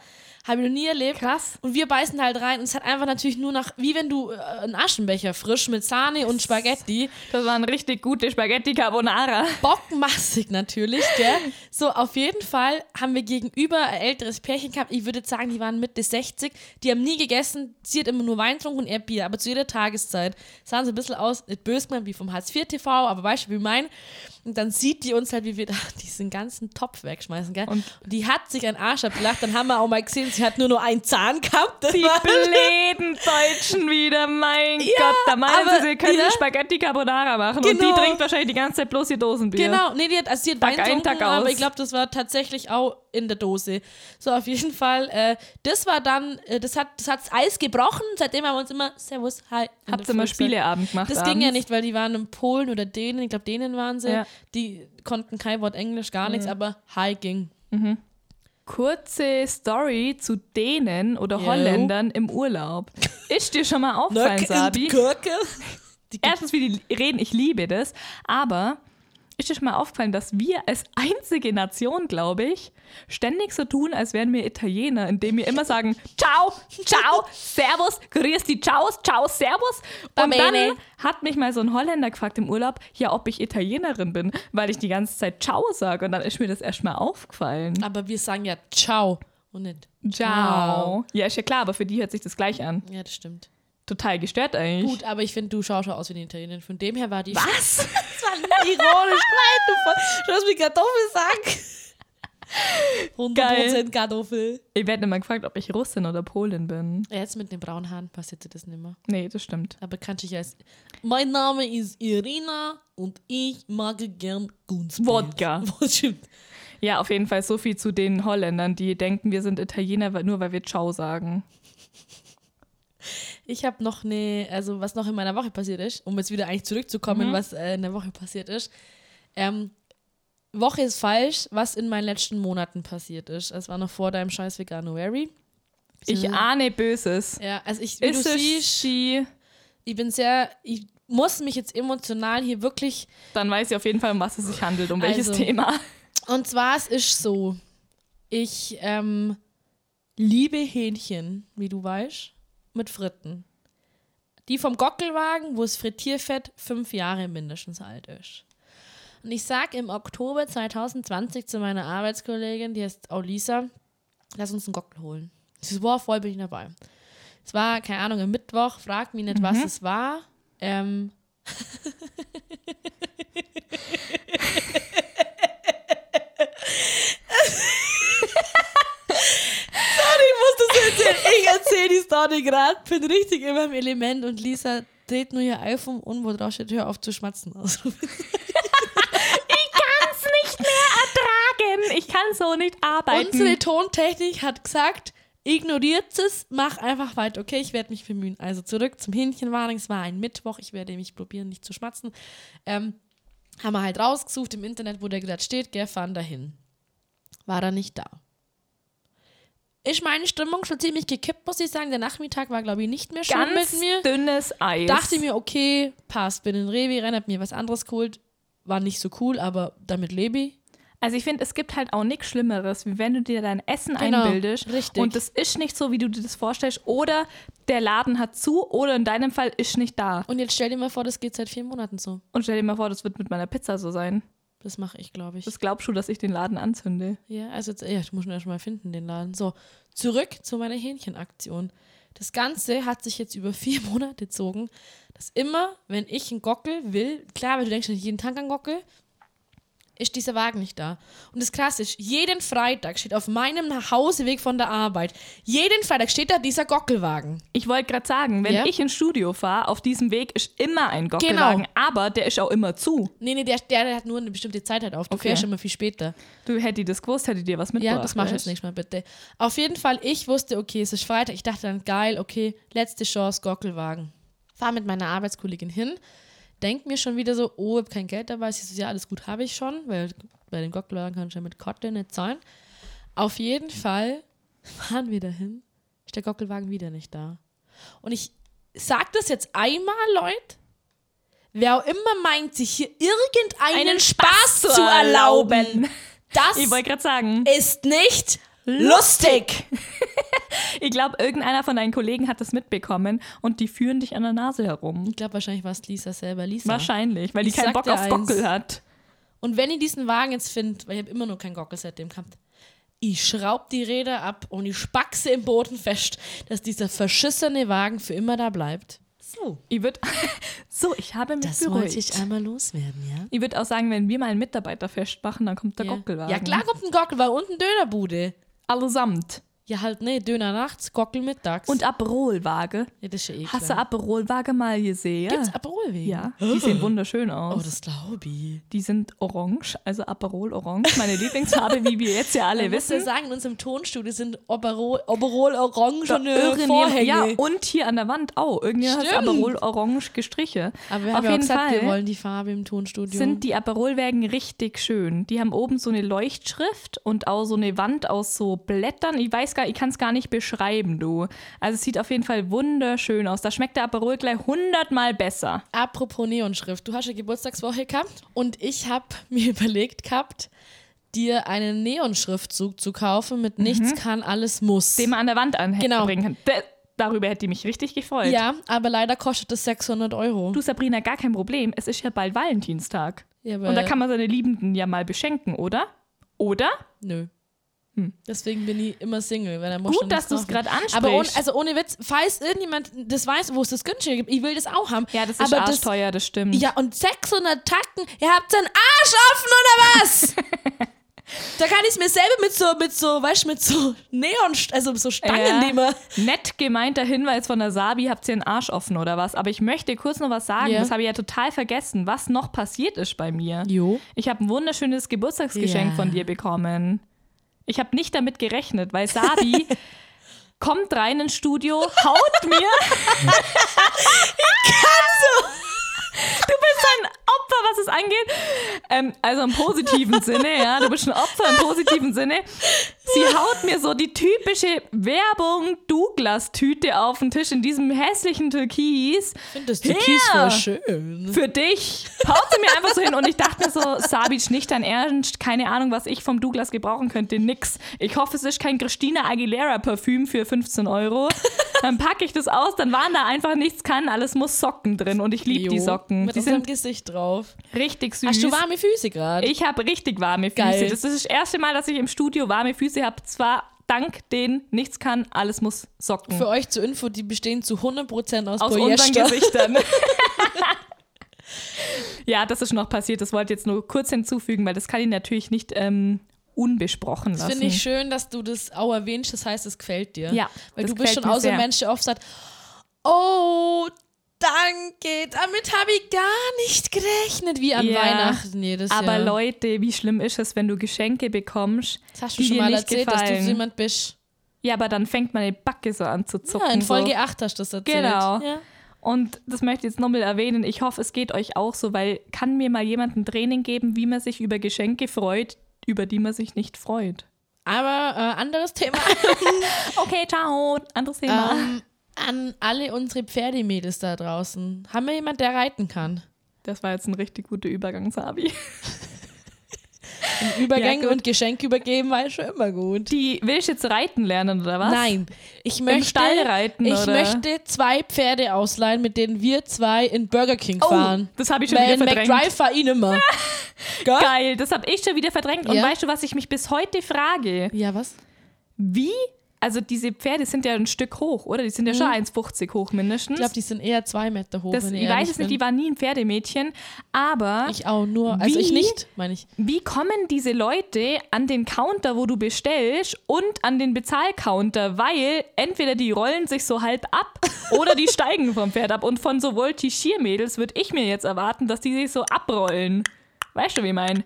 C: Habe ich noch nie erlebt.
D: Krass.
C: Und wir beißen halt rein und es hat einfach natürlich nur nach, wie wenn du äh, einen Aschenbecher frisch mit Sahne und Spaghetti
D: Das waren richtig gute Spaghetti Carbonara.
C: bockmassig natürlich, gell? So, auf jeden Fall haben wir gegenüber ein älteres Pärchen gehabt. Ich würde sagen, die waren Mitte 60. Die haben nie gegessen. Sie hat immer nur Wein getrunken und er Bier. Aber zu jeder Tageszeit sahen sie ein bisschen aus, nicht böse gemeint, wie vom Hartz IV TV, aber weißt du, wie ich mein? Und dann sieht die uns halt, wie wir da *laughs* diesen ganzen Topf wegschmeißen, gell? Und,
D: Und-
C: die hat sich einen Arsch abgelacht. Dann haben wir auch mal gesehen, sie hat nur noch einen Zahn gehabt. Das *laughs*
D: Die
C: war-
D: bläden Deutschen wieder, mein Gott. Da meinen
C: aber-
D: sie, sie können
C: ja.
D: Spaghetti Carbonara machen.
C: Genau.
D: Und die trinkt wahrscheinlich die ganze Zeit bloß ihr Dosenbier.
C: Genau, nee, die hat, also die hat
D: Tag
C: Wein
D: ein,
C: getrunken,
D: Tag
C: aber
D: aus.
C: ich glaube, das war tatsächlich auch in der Dose. So, auf jeden Fall, äh, das war dann, äh, das hat das hat's Eis gebrochen, seitdem haben wir uns immer Servus, hi. in
D: Habt
C: der
D: ihr
C: Früh
D: mal
C: gesagt.
D: Spieleabend gemacht?
C: Das ging
D: abends?
C: ja nicht, weil die waren in Polen oder Dänen, ich glaube, Dänen waren sie,
D: Ja. Mhm.
C: die konnten kein Wort Englisch, gar nichts, aber hi ging.
D: Kurze Story zu Dänen oder
C: Jo.
D: Holländern im Urlaub. Ist dir schon mal aufgefallen, Sabi?
C: Gurke.
D: Erstens, wie die reden, ich liebe das. Aber ist dir schon mal aufgefallen, dass wir als einzige Nation, glaube ich, ständig so tun, als wären wir Italiener, indem wir immer sagen, ciao, ciao, servus, grüß die, ciao, ciao, servus. Und
C: Bene.
D: dann hat mich mal so ein Holländer gefragt im Urlaub, ja, ob ich Italienerin bin, weil ich die ganze Zeit ciao sage. Und dann ist mir das erst mal aufgefallen.
C: Aber wir sagen ja ciao und nicht
D: Ciao. Ja, ist ja klar, aber für die hört sich das gleich an.
C: Ja, das stimmt.
D: Total gestört eigentlich.
C: Gut, aber ich finde, du schaust schon aus wie eine Italienerin. Von dem her war die. Was? *laughs* das war ironisch. Nein, du, voll- du hast mir Kartoffelsack. 100% Kartoffel.
D: Ich werde immer gefragt, ob ich Russin oder Polin bin.
C: Ja, Jetzt mit den braunen Haaren passiert dir das nicht mehr.
D: Nee, das stimmt.
C: Aber kannst dich als. Mein Name ist Irina und ich mag gern Gunsbier. *laughs*
D: Wodka.
C: Was stimmt.
D: Ja, auf jeden Fall so viel zu den Holländern, die denken, wir sind Italiener, weil- nur weil wir Ciao sagen.
C: Ich habe noch eine, also was noch in meiner Woche passiert ist, um jetzt wieder eigentlich
D: Mhm.
C: zurückzukommen, was äh, in der Woche passiert ist. Ähm, Woche ist falsch, was in meinen letzten Monaten passiert ist. Es war noch vor deinem scheiß Veganuary.
D: Ich ahne Böses.
C: Ja, also ich, wie
D: Ist
C: du siehst,
D: es sie,
C: ich bin sehr, ich muss mich jetzt emotional hier wirklich,
D: dann weiß sie auf jeden Fall, um was es sich handelt, um welches
C: Also.
D: Thema. *laughs*
C: und zwar, es ist so, ich ähm, liebe Hähnchen, wie du weißt, mit Fritten. Die vom Gockelwagen, wo das Frittierfett fünf Jahre mindestens alt ist. Und ich sag im Oktober 2020 zu meiner Arbeitskollegin, die heißt auch Lisa, lass uns einen Gockel holen. Sie so, boah, voll bin ich dabei. Es war, keine Ahnung, am Mittwoch, frag mich nicht, was es war. Ähm, Sonne grad, bin richtig in meinem Element und Lisa dreht nur ihr iPhone um, wo drauf steht, hör auf zu schmatzen. Also,
D: kann's nicht mehr ertragen. Ich kann so nicht arbeiten.
C: unsere Tontechnik hat gesagt, ignoriert es, mach einfach weiter. Okay, ich werde mich bemühen. Also zurück zum Hähnchenwarning. Es war ein Mittwoch. Ich werde mich probieren, nicht zu schmatzen. Ähm, haben wir halt rausgesucht im Internet, wo der gerade steht. Gell, fahren dahin. War er nicht da. Ist meine Stimmung schon ziemlich gekippt, muss ich sagen. Der Nachmittag war, glaube ich, nicht mehr schön
D: Ganz
C: mit mir.
D: dünnes Eis.
C: Dachte mir, okay, passt. Bin in Rewe rein, hab mir was anderes geholt. War nicht so cool, aber damit lebe ich.
D: Also ich finde, es gibt halt auch nichts Schlimmeres, wie wenn du dir dein Essen
C: Genau,
D: einbildest
C: richtig.
D: und das ist nicht so, wie du dir das vorstellst oder der Laden hat zu oder in deinem Fall ist nicht da.
C: Und jetzt stell dir mal vor, das geht seit vier Monaten so.
D: Und stell dir mal vor, das wird mit meiner Pizza so sein.
C: Das mache ich, glaube ich.
D: Das glaubst du, dass ich den Laden anzünde?
C: Ja, also jetzt, ja, ich muss ihn erst mal finden, den Laden. So, zurück zu meiner Hähnchenaktion. Das Ganze hat sich jetzt über vier *laughs* Monate gezogen, dass immer, wenn ich einen Gockel will, klar, weil du denkst nicht jeden Tag an Gockel, ist dieser Wagen nicht da. Und das Krasse ist, jeden Freitag steht auf meinem Nachhauseweg von der Arbeit, jeden Freitag steht da dieser Gockelwagen.
D: Ich wollte gerade sagen, wenn
C: Ja.
D: ich ins Studio fahre, auf diesem Weg ist immer ein Gockelwagen,
C: Genau.
D: aber der ist auch immer zu.
C: Nee, nee, der, der hat nur eine bestimmte Zeit halt auf. Du
D: Okay.
C: fährst immer viel später.
D: Du hättest das gewusst, hätte dir was mitgebracht.
C: Ja, das mach ich jetzt
D: weißt?
C: nicht mal bitte. Auf jeden Fall, ich wusste, okay, es ist Freitag. Ich dachte dann, geil, okay, letzte Chance, Gockelwagen. Fahr mit meiner Arbeitskollegin hin, denk mir schon wieder so, oh, hab kein Geld dabei. Sie so, ja, alles gut, habe ich schon, weil bei dem Gockelwagen kann ich ja mit Kotte nicht zahlen. Auf jeden Fall fahren wir dahin, ist der Gockelwagen wieder nicht da. Und ich sag das jetzt einmal, Leute. Wer auch immer meint, sich hier irgendeinen
D: Einen
C: Spaß zu erlauben, *laughs* das
D: Ich wollte gerade sagen.
C: ist nicht lustig.
D: Ich glaube, irgendeiner von deinen Kollegen hat das mitbekommen und die führen dich an der Nase herum.
C: Ich glaube, wahrscheinlich war es Lisa selber. Lisa.
D: Wahrscheinlich, weil die
C: Ich
D: keinen
C: sag
D: Bock
C: dir
D: auf
C: eins.
D: Gockel hat.
C: Und wenn ihr diesen Wagen jetzt findet, weil ich habe immer nur kein Gockel seitdem gehabt, ich schraub die Räder ab und ich spackse im Boden fest, dass dieser verschissene Wagen für immer da bleibt. So,
D: Ich würde. *laughs* so, ich habe mich
C: das
D: beruhigt.
C: wollte ich einmal loswerden, ja?
D: ich würde auch sagen, wenn wir mal einen Mitarbeiter festmachen, dann kommt der
C: ja.
D: Gockelwagen.
C: Ja, klar kommt ein Gockel, weil unten Dönerbude.
D: Allesamt.
C: Ja, halt, nee, Döner nachts, Gockel mittags.
D: Und Aperolwaage.
C: ja, das ist ja eh klar.
D: Hast du Aperolwaage mal gesehen?
C: Gibt's Aperolwegen?
D: ja, *gasps* die sehen wunderschön aus.
C: Oh, das glaube ich.
D: die sind orange, also Aperol orange, meine Lieblingsfarbe, wie wir jetzt ja alle
C: Wir müssen ja
D: wissen.
C: sagen, in unserem Tonstudio sind Oberol, Oberol orangene
D: Irgendjemand-
C: Vorhänge.
D: Ja, und hier an der Wand auch. Irgendjemand hat
C: Stimmt.
D: Aperol orange gestriche.
C: Aber wir haben
D: Auf
C: ja auch
D: jeden
C: gesagt,
D: Fall
C: wir wollen die Farbe im Tonstudio.
D: sind die Aperolwägen richtig schön. Die haben oben so eine Leuchtschrift und auch so eine Wand aus so Blättern. Ich weiß gar, ich kann es gar nicht beschreiben, du. Also es sieht auf jeden Fall wunderschön aus. Da schmeckt der Aperol gleich hundertmal besser.
C: Apropos Neonschrift, du hast ja Geburtstagswoche gehabt und ich habe *laughs* mir überlegt gehabt, dir einen Neonschriftzug zu kaufen mit
D: Mhm.
C: nichts kann, alles muss.
D: Den man an der Wand anhängen
C: Genau.
D: bringen kann. Da- darüber hätte ich mich richtig gefreut.
C: ja, aber leider kostet das 600 Euro.
D: Du, Sabrina, gar kein Problem. Es ist ja bald Valentinstag.
C: ja, aber
D: Und da kann man seine Liebenden ja mal beschenken, oder? Oder?
C: Nö. Deswegen bin ich immer Single, weil er muss
D: Hm. Gut,
C: schon
D: dass
C: das
D: du's
C: kaufen.
D: grad ansprichst.
C: Aber ohne, also ohne Witz, falls irgendjemand das weiß, wo es das günstige gibt, ich will das auch haben.
D: Ja, das ist
C: aber
D: arschteuer, das stimmt.
C: Ja, und 600 Tacken, ihr habt den Arsch offen oder *laughs* was? da kann ich mir selber mit so, mit so, weißt du, mit so Neon, also so Stangen,
D: Ja.
C: die man.
D: Nett gemeinter Hinweis von der Sabi, habt ihr den Arsch offen oder was? Aber ich möchte kurz noch was sagen,
C: Ja.
D: das habe ich ja total vergessen, was noch passiert ist bei mir.
C: Jo.
D: Ich habe ein wunderschönes Geburtstagsgeschenk
C: Ja.
D: von dir bekommen. Ich habe nicht damit gerechnet, weil Sabi kommt rein ins Studio, haut mir. ich kann so. Du bist ein Opfer, was es angeht. Ähm, also im positiven Sinne, ja. Du bist ein Opfer im positiven Sinne. Sie haut mir so die typische Werbung Douglas-Tüte auf den Tisch in diesem hässlichen Türkis
C: Das
D: Türkis voll
C: schön.
D: für dich. Haut sie mir einfach so hin und ich dachte mir so, Sabic, nicht dein Ernst, keine Ahnung, was ich vom Douglas gebrauchen könnte, nix. Ich hoffe, es ist kein Christina Aguilera-Parfüm für 15 Euro. Dann packe ich das aus, dann waren da einfach nichts kann, alles muss Socken drin und ich liebe die Socken.
C: Mit
D: die
C: unserem
D: sind
C: Gesicht drauf.
D: richtig süß.
C: Hast du warme Füße gerade?
D: ich habe richtig warme Füße.
C: Geil.
D: Das ist das erste Mal, dass ich im Studio warme Füße habe. Zwar dank den nichts kann, alles muss Socken.
C: Für euch zur Info, die bestehen zu 100% aus,
D: aus unseren
C: Polyester.
D: *laughs* Gesichtern. ja, das ist noch passiert. Das wollte ich jetzt nur kurz hinzufügen, weil das kann ich natürlich nicht ähm, unbesprochen lassen.
C: Das finde ich schön, dass du das auch erwähnst, das heißt, es gefällt dir.
D: Ja,
C: Weil
D: das
C: du bist
D: gefällt
C: schon
D: mir
C: auch so
D: sehr.
C: ein Mensch, der oft sagt, oh, danke, damit habe ich gar nicht gerechnet, wie an
D: Ja,
C: Weihnachten jedes
D: Aber
C: Jahr.
D: Leute, wie schlimm ist es, wenn du Geschenke bekommst,
C: das hast du
D: die
C: schon
D: dir
C: mal
D: nicht
C: erzählt,
D: gefallen.
C: dass du so jemand bist.
D: Ja, aber dann fängt meine Backe so an zu zucken.
C: Ja, in Folge
D: so.
C: 8 hast du das erzählt.
D: Genau.
C: Ja.
D: Und das möchte ich jetzt nochmal erwähnen. Ich hoffe, es geht euch auch so, weil kann mir mal jemand ein Training geben, wie man sich über Geschenke freut, über die man sich nicht freut.
C: Aber äh, anderes
D: *laughs*
C: Thema.
D: Okay, ciao. Anderes Thema.
C: ähm, an alle unsere Pferdemädels da draußen. Haben wir jemanden, der reiten kann?
D: Das war jetzt ein richtig guter Übergang, Sabi.
C: Übergänge
D: gut.
C: und Geschenke übergeben war ja schon immer gut.
D: Die willst du jetzt reiten lernen, oder was?
C: Nein, ich möchte
D: Stall reiten,
C: Ich
D: oder?
C: möchte zwei Pferde ausleihen, mit denen wir zwei in Burger King
D: Oh,
C: fahren.
D: das habe ich schon
C: Weil
D: wieder verdrängt.
C: McDrive war ihn
D: *laughs*
C: immer. Gell?
D: Geil, das habe ich schon wieder verdrängt. Und
C: Ja.
D: weißt du, was ich mich bis heute frage?
C: Ja, was?
D: Wie? Also diese Pferde sind ja ein Stück hoch, oder? Die sind ja schon 1,50 hoch mindestens.
C: Mhm. Ich glaube, die sind eher zwei Meter hoch.
D: das,
C: wenn
D: ich weiß es nicht, die
C: ehrlich
D: war nie ein Pferdemädchen. Aber
C: bin. Ich auch nur. Also ich
D: Wie?
C: nicht, meine ich.
D: wie kommen diese Leute an den Counter, wo du bestellst, und an den Bezahlcounter? Weil entweder die rollen sich so halb
C: *laughs*
D: ab oder die steigen vom Pferd ab. Und von sowohl Tischiermädels würde ich mir jetzt erwarten, dass die sich so abrollen. Weißt du, wie ich meine?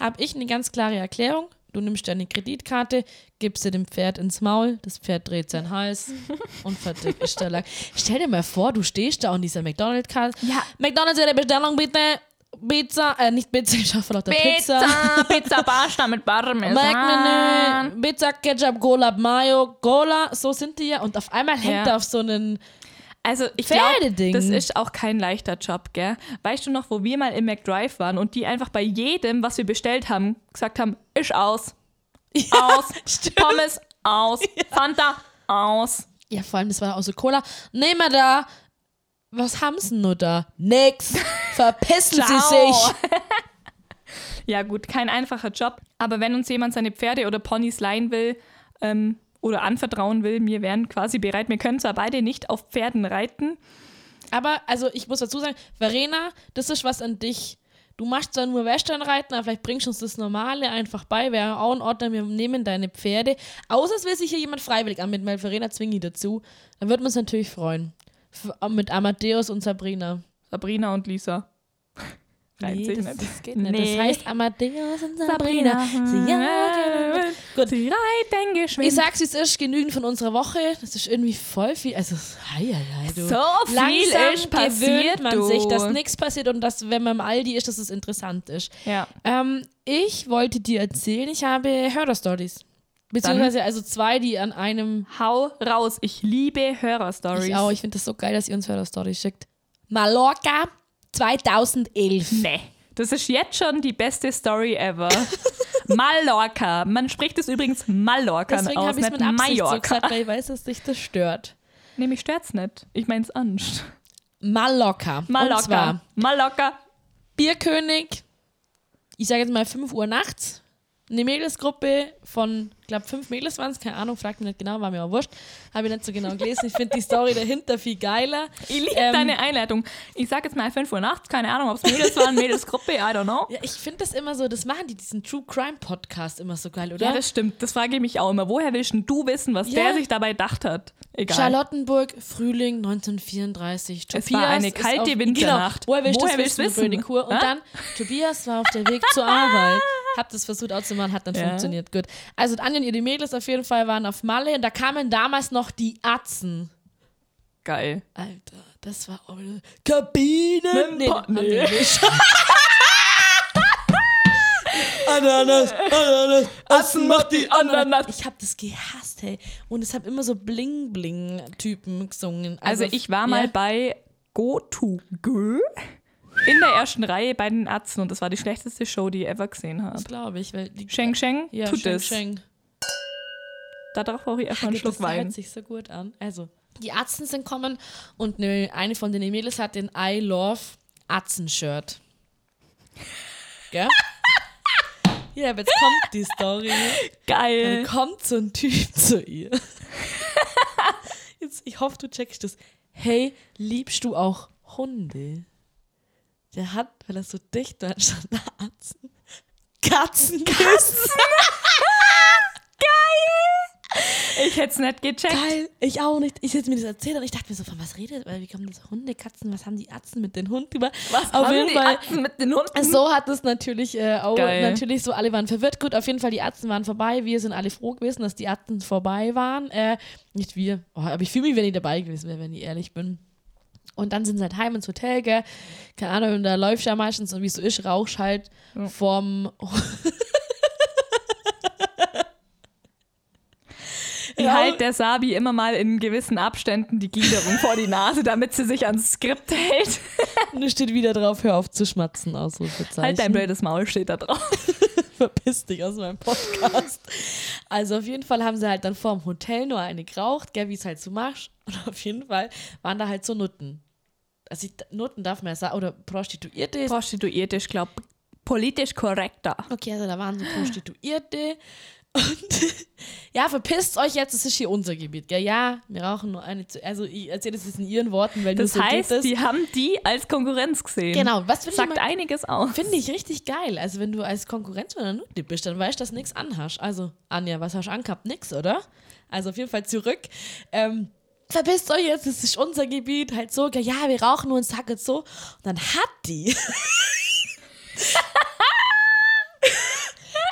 C: Habe ich eine ganz klare Erklärung. Du nimmst deine Kreditkarte, gibst sie dem Pferd ins Maul, das Pferd dreht seinen
D: *laughs*
C: Hals und verdickt ist der Lack. Stell dir mal vor, du stehst da an dieser McDonald's-Karte.
D: Ja.
C: McDonald's, ihre Bestellung bitte. Pizza, äh, nicht Pizza, ich schaffe lauter Pizza.
D: Pizza Pasta
C: *laughs*
D: mit Parmesan.
C: Mac-Menü, Pizza, Ketchup, Golab, Mayo, Cola, so sind die ja. Und auf einmal hängt
D: Ja.
C: er auf so einen.
D: Also ich
C: Pferdeding.
D: glaube, das ist auch kein leichter Job, gell? Weißt du noch, wo wir mal im McDrive waren und die einfach bei jedem, was wir bestellt haben, gesagt haben, ist aus, aus,
C: *laughs*
D: Pommes aus, Fanta aus.
C: Ja, vor allem, das war auch so Cola. Nehmen wir da. Was haben's denn nur da?
D: *laughs*
C: Nix. Verpissen Sie
D: Ciao.
C: sich.
D: *laughs* Ja gut, kein einfacher Job, aber wenn uns jemand seine Pferde oder Ponys leihen will ähm, oder anvertrauen will, wir wären quasi bereit. Wir können zwar beide nicht auf Pferden reiten,
C: Aber, also, ich muss dazu sagen, Verena, das ist was an dich. Du machst zwar nur Westernreiten, aber vielleicht bringst du uns das Normale einfach bei. Wäre auch in Ordnung, wir nehmen deine Pferde. Außer es will sich hier jemand freiwillig anmelden, weil Verena zwingt die dazu. Dann würden wir uns natürlich freuen. F mit Amadeus und Sabrina.
D: Sabrina und Lisa. Reimt
C: Nee,
D: sich
C: das,
D: nicht.
C: das geht nicht.
D: Nee.
C: Das heißt Amadeus und ne? Sabrina.
D: *laughs* Sabrina,
C: Sie genau. jagen. Gut.
D: Sie reiten geschwind.
C: Ich sag's, wie es ist, genügend von unserer Woche. Das ist irgendwie voll viel. Also, heieiei, du.
D: So viel
C: Langsam
D: ist passiert,
C: gewöhnt man
D: du.
C: sich, dass nichts passiert und dass, wenn man im Aldi ist, dass es interessant ist.
D: Ja.
C: Ähm, ich wollte dir erzählen, ich habe Hörerstories. Beziehungsweise also zwei, die an einem...
D: Hau raus. Ich liebe Hörerstories.
C: Ich auch, ich finde das so geil, dass ihr uns Hörerstories schickt. Mallorca 2011.
D: nee. Das ist jetzt schon die beste Story *laughs* ever. Mallorca. Man spricht es übrigens Mallorca
C: Deswegen
D: aus,
C: habe ich es
D: nicht
C: mit Absicht so
D: Mallorca.
C: gesagt, weil ich weiß, dass dich das stört.
D: nee, mich stört's nicht. Ich mein's ernst.
C: Mallorca. Und zwar
D: Mallorca. Mallorca.
C: Bierkönig, ich sage jetzt mal 5 Uhr nachts, eine Mädelsgruppe von, ich glaube, fünf Mädels waren es, keine Ahnung, fragt mich nicht genau, war mir auch wurscht, habe ich nicht so genau gelesen. Ich finde die Story dahinter viel geiler.
D: Ich liebe
C: Ähm,
D: deine Einleitung. Ich sag jetzt mal 5 Uhr nachts, keine Ahnung, ob's Mädels *laughs* waren, Mädelsgruppe, I don't know.
C: Ja, ich finde das immer so, das machen die, diesen True Crime Podcast immer so geil, oder?
D: Ja, das stimmt. Das frage ich mich auch immer. Woher willst denn du wissen, was
C: Ja.
D: der sich dabei gedacht hat? Egal.
C: Charlottenburg, Frühling 1934.
D: Es war eine
C: ist
D: kalte
C: auf,
D: Winternacht.
C: Genau, woher willst du
D: Woher
C: das
D: willst
C: wissen?
D: du wissen?
C: Rödekur. Und
D: Hä?
C: dann, Tobias war auf der Weg
D: *laughs*
C: zur Arbeit. Hab das versucht auszumachen, hat dann
D: Ja.
C: funktioniert. Gut. Also Anja und ihre Mädels auf jeden Fall waren auf Malle und da kamen damals noch die Atzen.
D: Geil.
C: Alter, das war auch eine Kabine.
D: Mit
C: Nee,
D: Pa-
C: haben die
D: nee.
C: nicht.
F: Ananas, Ananas, Assen macht die Ananas.
C: Ich hab das gehasst, hey. Und es haben immer so Bling-Bling-Typen gesungen.
D: Also ich war mal
C: ja.
D: bei Go to Go in der ersten Reihe bei den Ärzten und das war die schlechteste Show, die ich ever gesehen habe.
C: Das glaube ich, weil die.
D: Sheng Sheng,
C: ja,
D: tut
C: Sheng,
D: es.
C: Sheng.
D: Darauf brauche ich erstmal einen
C: Gut,
D: Schluck
C: das hört
D: Wein.
C: sich so gut an. Also, die Atzen sind kommen und eine, eine von den Mädels hat den I Love Atzen-Shirt. Gell? ja, aber jetzt kommt die *laughs* Story. Dann
D: Geil.
C: kommt so ein Typ zu ihr. *laughs* Jetzt, ich hoffe, du checkst das. Hey, liebst du auch Hunde? Der hat, weil er so dicht war, schon eine Atzen, Katzenkiss.
D: Ich hätte es nicht gecheckt.
C: Geil. Ich auch nicht. Ich hätte mir das erzählt und ich dachte mir so, von was redet? Weil wie kommen das Hunde, Katzen? Was haben die Atzen mit den Hunden über? Was Auf
D: Haben
C: jeden
D: die
C: Fall. Also,
D: Atzen mit den Hunden.
C: So hat es natürlich äh, auch
D: Geil.
C: natürlich so, alle waren verwirrt. Gut, auf jeden Fall, die Ärzte waren vorbei. Wir sind alle froh gewesen, dass die Ärzte vorbei waren. Äh, nicht wir, oh, aber ich fühle mich, wenn ich dabei gewesen wäre, wenn ich ehrlich bin. Und dann sind sie halt heim ins Hotel, gell? Keine Ahnung, und da läuft ja meistens, und wie es so ist, rauchst halt vom.
D: Ich halte halt der Sabi immer mal in gewissen Abständen die Gliederung vor die Nase, damit sie sich ans Skript hält.
C: Und steht wieder drauf, hör auf zu schmatzen, Also, Ausrufezeichen.
D: Halt dein blödes Maul, steht da drauf.
C: verpiss dich aus meinem Podcast. *laughs* Also auf jeden Fall haben sie halt dann vor dem Hotel nur eine geraucht, gell, wie es halt so machst. Und auf jeden Fall waren da halt so Nutten. Also ich, Nutten darf man ja sagen, oder Prostituierte.
D: Prostituiert ist, glaub, politisch korrekter.
C: Okay, also da waren so Prostituierte. Und *laughs* ja, verpisst euch jetzt, es ist hier unser Gebiet, gell? Ja, wir rauchen nur eine. zu- Also ich erzähle das jetzt in ihren Worten, weil
D: Das
C: nur so
D: heißt,
C: geht es.
D: die haben die als Konkurrenz gesehen.
C: Genau, was finde ich
D: Sagt
C: mal-
D: einiges aus.
C: Finde ich richtig geil. Also, wenn du als Konkurrenz von der Nutte bist, dann weißt du, dass du nichts anhast. Also, Anja, was hast du angehabt? Nix, oder? Also, auf jeden Fall zurück. Ähm, verpisst euch jetzt, das ist unser Gebiet. Halt so, gell, ja, wir rauchen nur und sag jetzt so. Und dann hat die.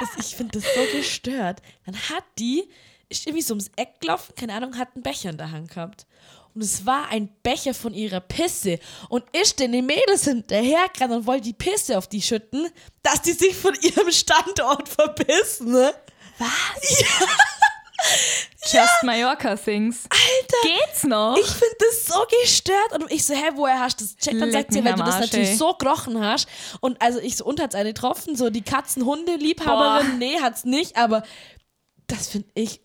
C: das, ich finde das so gestört. Dann hat die, ist irgendwie so ums Eck gelaufen, keine Ahnung, hat einen Becher in der Hand gehabt. Und es war ein Becher von ihrer Pisse. Und ich denn die Mädels hinterhergerannt und wollte die Pisse auf die schütten, dass die sich von ihrem Standort verpissen. Ne? Was? Ja,
D: Just Mallorca Sings.
C: Alter.
D: Geht's noch?
C: Ich finde das so gestört. Und ich so, hä, woher hast du das checkt? Dann
D: Leck
C: sagt sie,
D: mich
C: weil
D: am
C: du das
D: Arsch,
C: natürlich
D: ey.
C: so gerochen hast. Und also ich so, und hat's eine getroffen? So, die
D: Boah.
C: Katzenhunde-Liebhaberin? Nee, hat's nicht. Aber das finde ich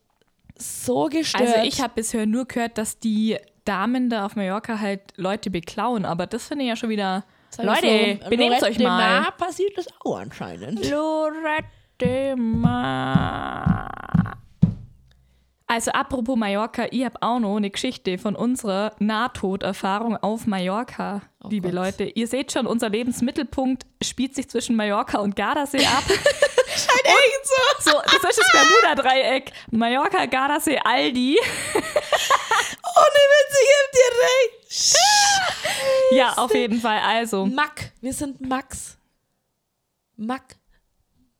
C: so gestört.
D: also ich habe bisher nur gehört, dass die Damen da auf Mallorca halt Leute beklauen, aber das finde ich ja schon wieder... Leute,
C: so,
D: benehmt
C: Lorette
D: euch
C: de
D: mal.
C: Mar passiert das auch anscheinend.
D: Lorette Mar. Also apropos Mallorca, ich habe auch noch eine Geschichte von unserer Nahtoderfahrung auf Mallorca, liebe
C: Gott.
D: Leute. Ihr seht schon, unser Lebensmittelpunkt spielt sich zwischen Mallorca und Gardasee *laughs* ab. so. so. Das ist das Bermuda-Dreieck. Mallorca, Gardasee, Aldi. Oh,
C: Ohne Witz, ich hab dir recht.
D: Ja, auf jeden Fall. Also
C: Mack, wir sind Max. Mack.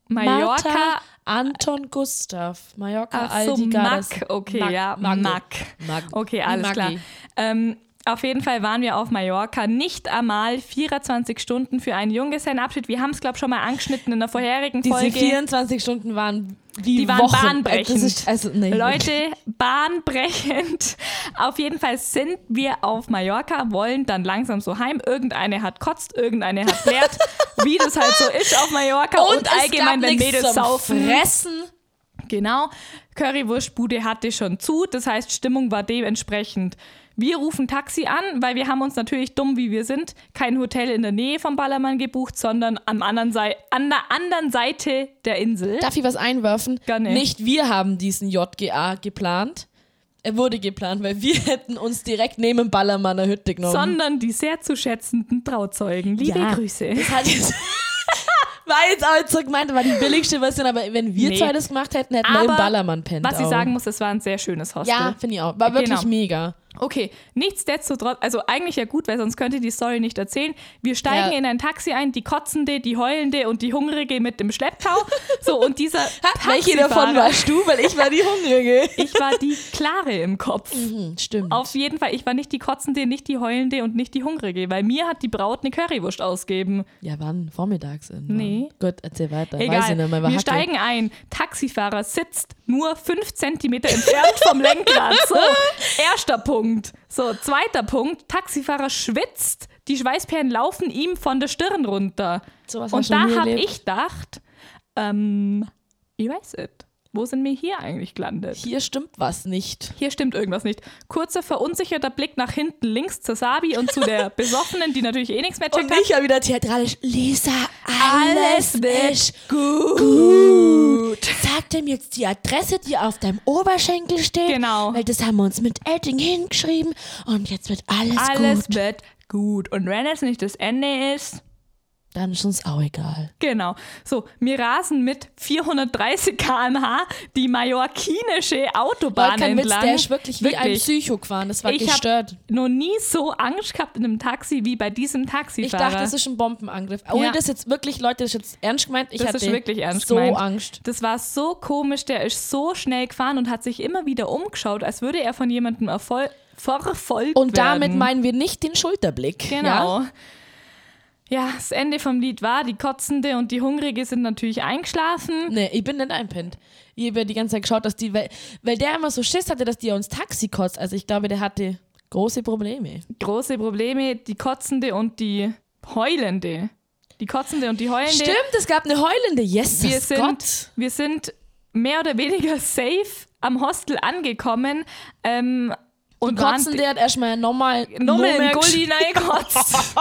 D: Mallorca,
C: Martha, Anton, Gustav. Mallorca,
D: Ach so,
C: Aldi, Gardas.
D: Mack, okay, ja,
C: Magge.
D: Mack.
C: Mag-
D: Okay,
C: Wie
D: alles
C: Maggi.
D: klar. Ähm, auf jeden Fall waren wir auf Mallorca nicht einmal 24 Stunden für einen Junggesellenabschied. Wir haben es, glaube ich, schon mal angeschnitten in der vorherigen
C: Diese
D: Folge.
C: 24 Stunden waren wie
D: Die waren
C: Wochen.
D: bahnbrechend.
C: Das ist, also, nee.
D: Leute, bahnbrechend. Auf jeden Fall sind wir auf Mallorca, wollen dann langsam so heim. Irgendeine hat kotzt, irgendeine
C: *laughs*
D: hat leert, wie das halt so ist auf Mallorca. Und,
C: Und, es
D: allgemein,
C: gab
D: wenn
C: nichts zum
D: Mädels saufen.
C: Fressen.
D: Genau, Currywurstbude hatte schon zu, das heißt, Stimmung war dementsprechend. Wir rufen Taxi an, weil wir haben uns natürlich dumm wie wir sind, kein Hotel in der Nähe vom Ballermann gebucht, sondern am anderen Sei an der anderen Seite der Insel.
C: Darf ich was einwerfen?
D: Gerne.
C: Nicht wir haben diesen JGA geplant. Er wurde geplant, weil wir *laughs* hätten uns direkt neben dem Ballermanner Hütte genommen.
D: sondern die sehr zu schätzenden Trauzeugen. Liebe
C: Ja.
D: Grüße.
C: Das hat jetzt. *laughs* War jetzt auch jetzt so gemeint, war die billigste Version, aber wenn wir
D: Nee.
C: zwei das gemacht hätten, hätten wir im Ballermann pennt.
D: was ich
C: auch.
D: sagen muss, es war ein sehr schönes Hostel.
C: Ja, finde ich auch. War wirklich
D: Genau.
C: mega.
D: Okay, nichtsdestotrotz, also eigentlich ja gut, weil sonst könnt ihr die Story nicht erzählen. Wir steigen
C: Ja.
D: in ein Taxi ein, die Kotzende, die Heulende und die Hungrige mit dem Schlepptau. So,
C: *laughs*
D: und dieser
C: Welche
D: Taxifahrer-
C: davon warst du? Weil ich war *laughs* die Hungrige.
D: Ich war die Klare
C: *laughs*
D: im Kopf.
C: Hm, Stimmt.
D: Auf jeden Fall, ich war nicht die Kotzende, nicht die Heulende und nicht die Hungrige, weil mir hat die Braut eine Currywurst ausgeben.
C: Ja, wann? Vormittags irgendwann.
D: Nee.
C: Gut, erzähl weiter. Weiß
D: Egal,
C: ich nicht mehr. war
D: wir
C: Hacke.
D: steigen ein. Taxifahrer sitzt nur fünf Zentimeter entfernt vom Lenkrad.
C: *laughs*
D: So, erster Punkt. So, zweiter Punkt. Taxifahrer schwitzt. Die Schweißperlen laufen ihm von der Stirn runter.
C: Sowas hab ich
D: Und
C: schon
D: da
C: nie
D: habe
C: erlebt.
D: ich gedacht, ähm, ich weiß es. Wo sind wir hier eigentlich gelandet?
C: Hier stimmt was nicht.
D: Hier stimmt irgendwas nicht. Kurzer, verunsicherter Blick nach hinten links zur Sabi und
C: *laughs*
D: zu der Besoffenen, die natürlich eh nichts mehr checkt
C: Und
D: hat.
C: ich habe wieder theatralisch. Lisa,
D: Alles
C: alles
D: wird
C: ist gut. Sag dem jetzt die Adresse, die auf deinem Oberschenkel steht.
D: Genau.
C: Weil das haben wir uns mit Edding hingeschrieben. Und jetzt wird alles,
D: Alles
C: gut.
D: wird gut. Und wenn es nicht das Ende ist,
C: Dann ist uns auch egal.
D: Genau. So, wir rasen mit 430 km/h die mallorquinische Autobahn
C: Kein Witz,
D: entlang.
C: der ist wirklich wie ein Psycho gefahren. Das war
D: ich
C: gestört.
D: habe noch nie so Angst gehabt in einem Taxi wie bei diesem Taxifahrer.
C: Ich dachte, das ist ein Bombenangriff. Ohne
D: Ja.
C: das jetzt wirklich, Leute, das ist jetzt ernst gemeint. Ich
D: Das
C: hatte
D: ist wirklich ernst
C: so
D: gemeint.
C: Angst.
D: Das war so komisch, der ist so schnell gefahren und hat sich immer wieder umgeschaut, als würde er von jemandem erfol- verfolgt
C: Und damit
D: werden.
C: meinen wir nicht den Schulterblick.
D: Genau.
C: Ja?
D: Ja? das Ende vom Lied war, die Kotzende und die Hungrige sind natürlich eingeschlafen.
C: Nee, ich bin nicht einpennt. Ich habe ja die ganze Zeit geschaut, dass die, weil, weil der immer so Schiss hatte, dass die uns Taxi kotzt. Also ich glaube, der hatte große Probleme.
D: Große Probleme, die Kotzende und die Heulende. Die Kotzende und die Heulende.
C: Stimmt, es gab eine heulende. Yes,
D: wir sind,
C: Gott.
D: wir sind mehr oder weniger safe am Hostel angekommen. Ähm, und waren
C: Kotzen, der hat erstmal nochmal
D: nochmal in den
C: gesch-
D: Gulli
C: *laughs*
D: reingekotzt.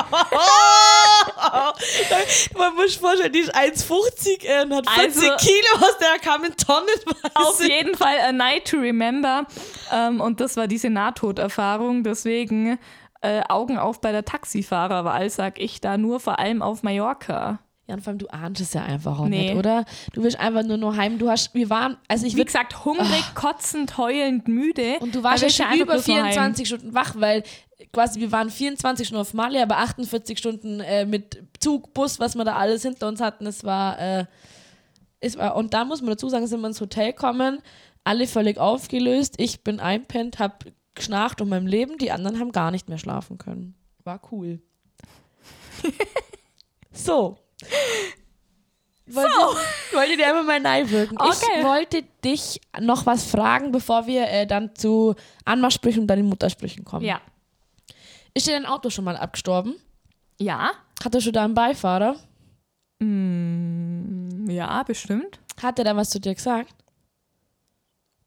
F: Man muss sich vorstellen, die ist 1,50 äh, und hat 40
D: Also-
F: Kilo aus der kamen
D: Auf
F: tonnenweise.
D: jeden Fall a night to remember. Ähm, und das war diese Nahtoderfahrung. Deswegen äh, Augen auf bei der Taxifahrerwahl, sag ich da nur, vor allem auf Mallorca.
C: Ja, und vor allem, du ahnst es ja einfach auch
D: Nee.
C: nicht, oder? Du willst einfach nur noch heim. Du hast, wir waren, also ich
D: Wie
C: würde
D: gesagt, hungrig, kotzend, heulend, müde.
C: Und du warst
D: Da
C: ja
D: willst
C: schon
D: einfach
C: über
D: bloß nur heim.
C: 24 Stunden wach, weil quasi wir waren 24 Stunden auf Mali, aber 48 Stunden äh, mit Zug, Bus, was wir da alles hinter uns hatten. Es war, äh, es war, und da muss man dazu sagen, sind wir ins Hotel kommen, alle völlig aufgelöst. Ich bin einpennt, hab geschnarcht um mein Leben, die anderen haben gar nicht mehr schlafen können. War *laughs* cool. so. Wollte, wollte dir einfach mal nein wirken.
D: Okay.
C: Ich wollte dich noch was fragen, bevor wir äh, dann zu Anmachsprüchen und deinen Muttersprüchen kommen.
D: Ja.
C: Ist dir dein Auto schon mal abgestorben?
D: Ja?
C: Hattest du da einen Beifahrer?
D: Ja, bestimmt.
C: Hat der da was zu dir gesagt?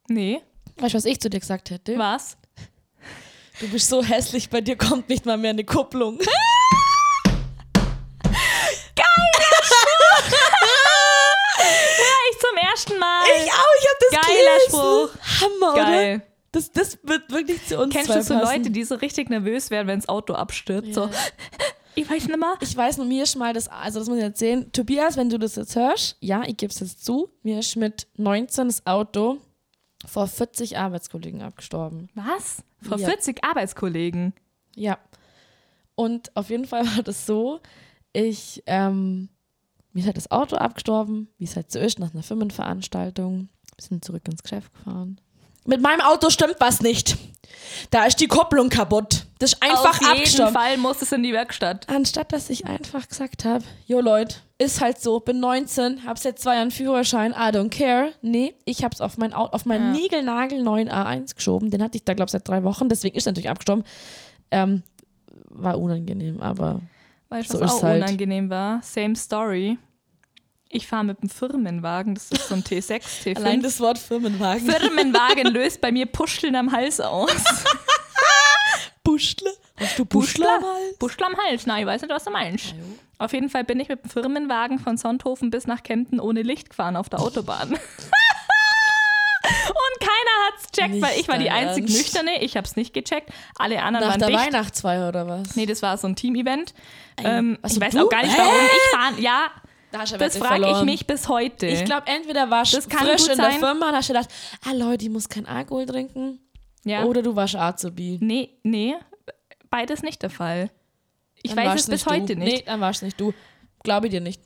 D: Nee.
C: Weißt du, was ich zu dir gesagt hätte?
D: Was?
C: Du bist so hässlich, bei dir kommt nicht mal mehr eine Kupplung.
D: Ah, Ich zum ersten Mal.
C: *laughs* Ich auch, ich hab das
D: Geiler
C: gelesen.
D: Spruch.
C: Hammer, oder?
D: Geil.
C: Das, das wird wirklich zu uns
D: Kennst
C: zwei
D: du so
C: passen.
D: Leute, die so richtig nervös werden, wenn das Auto abstürzt? So, *laughs* ich weiß nicht mehr.
C: Ich weiß nur, mir ist mal das, also das muss ich erzählen. Tobias, wenn du das jetzt hörst, ja, ich gebe es jetzt zu, mir ist mit 19 das Auto vor 40 Arbeitskollegen abgestorben.
D: Was? Vor
C: Ja.
D: 40 Arbeitskollegen.
C: Ja. Und auf jeden Fall *laughs* war das so, ich, ähm, mir ist halt das Auto abgestorben, wie es halt so ist, nach einer Firmenveranstaltung. Wir sind zurück ins Geschäft gefahren.
F: Mit meinem Auto stimmt was nicht. Da ist die Kupplung kaputt.
C: Das ist
D: Auf
C: einfach
D: jeden
C: abgestorben.
D: Fall muss es in die Werkstatt.
C: Anstatt dass ich einfach gesagt habe, jo Leute, ist halt so, bin 19, hab seit zwei Jahren Führerschein, I don't care. Nee, ich hab's auf mein Au- auf meinen Nigelnagel 9 A1 geschoben. Den hatte ich da, glaube ich, seit drei Wochen, deswegen ist er natürlich abgestorben. Ähm, war unangenehm, aber
D: Weißt
C: So
D: du, was
C: ist
D: auch
C: halt.
D: unangenehm war? Same story. Ich fahre mit einem Firmenwagen, das ist so ein T6, T5.
F: Allein das Wort Firmenwagen.
D: Firmenwagen löst bei mir Puscheln am Hals aus.
F: Buschle. Hast du
C: halt?
D: Puschel am Hals, nein, ich weiß nicht, was du meinst. Auf jeden Fall bin ich mit dem Firmenwagen von Sonthofen bis nach Kempten ohne Licht gefahren auf der
C: *laughs*
D: Autobahn. Und keiner hat's checkt, weil
C: Nicht
D: ich war die
C: dein
D: einzig
C: Ernst.
D: Nüchterne, ich hab's nicht gecheckt. Alle anderen
C: nach
D: waren
C: der
D: dicht.
C: Weihnachtsfeier oder was?
D: Nee, das war so ein Team-Event. Ähm,
C: Ach so,
D: ich weiß
C: du?
D: auch gar nicht, warum ich fahren. Ja,
C: Da hast du
D: das
C: Wette
D: frage ich
C: verloren.
D: mich bis heute.
C: Ich glaube, entweder warst du
D: Das kann
C: frisch
D: gut
C: in
D: sein.
C: der Firma und hast dir gedacht, ah Leute, ich muss keinen Alkohol trinken.
D: ja.
C: Oder du warst Azubi.
D: Nee, nee, beides nicht der Fall. Ich
C: Dann
D: weiß
C: warst
D: es bis
C: du.
D: heute
C: Nee,
D: nicht.
C: dann warst nicht du. Glaube ich dir nicht.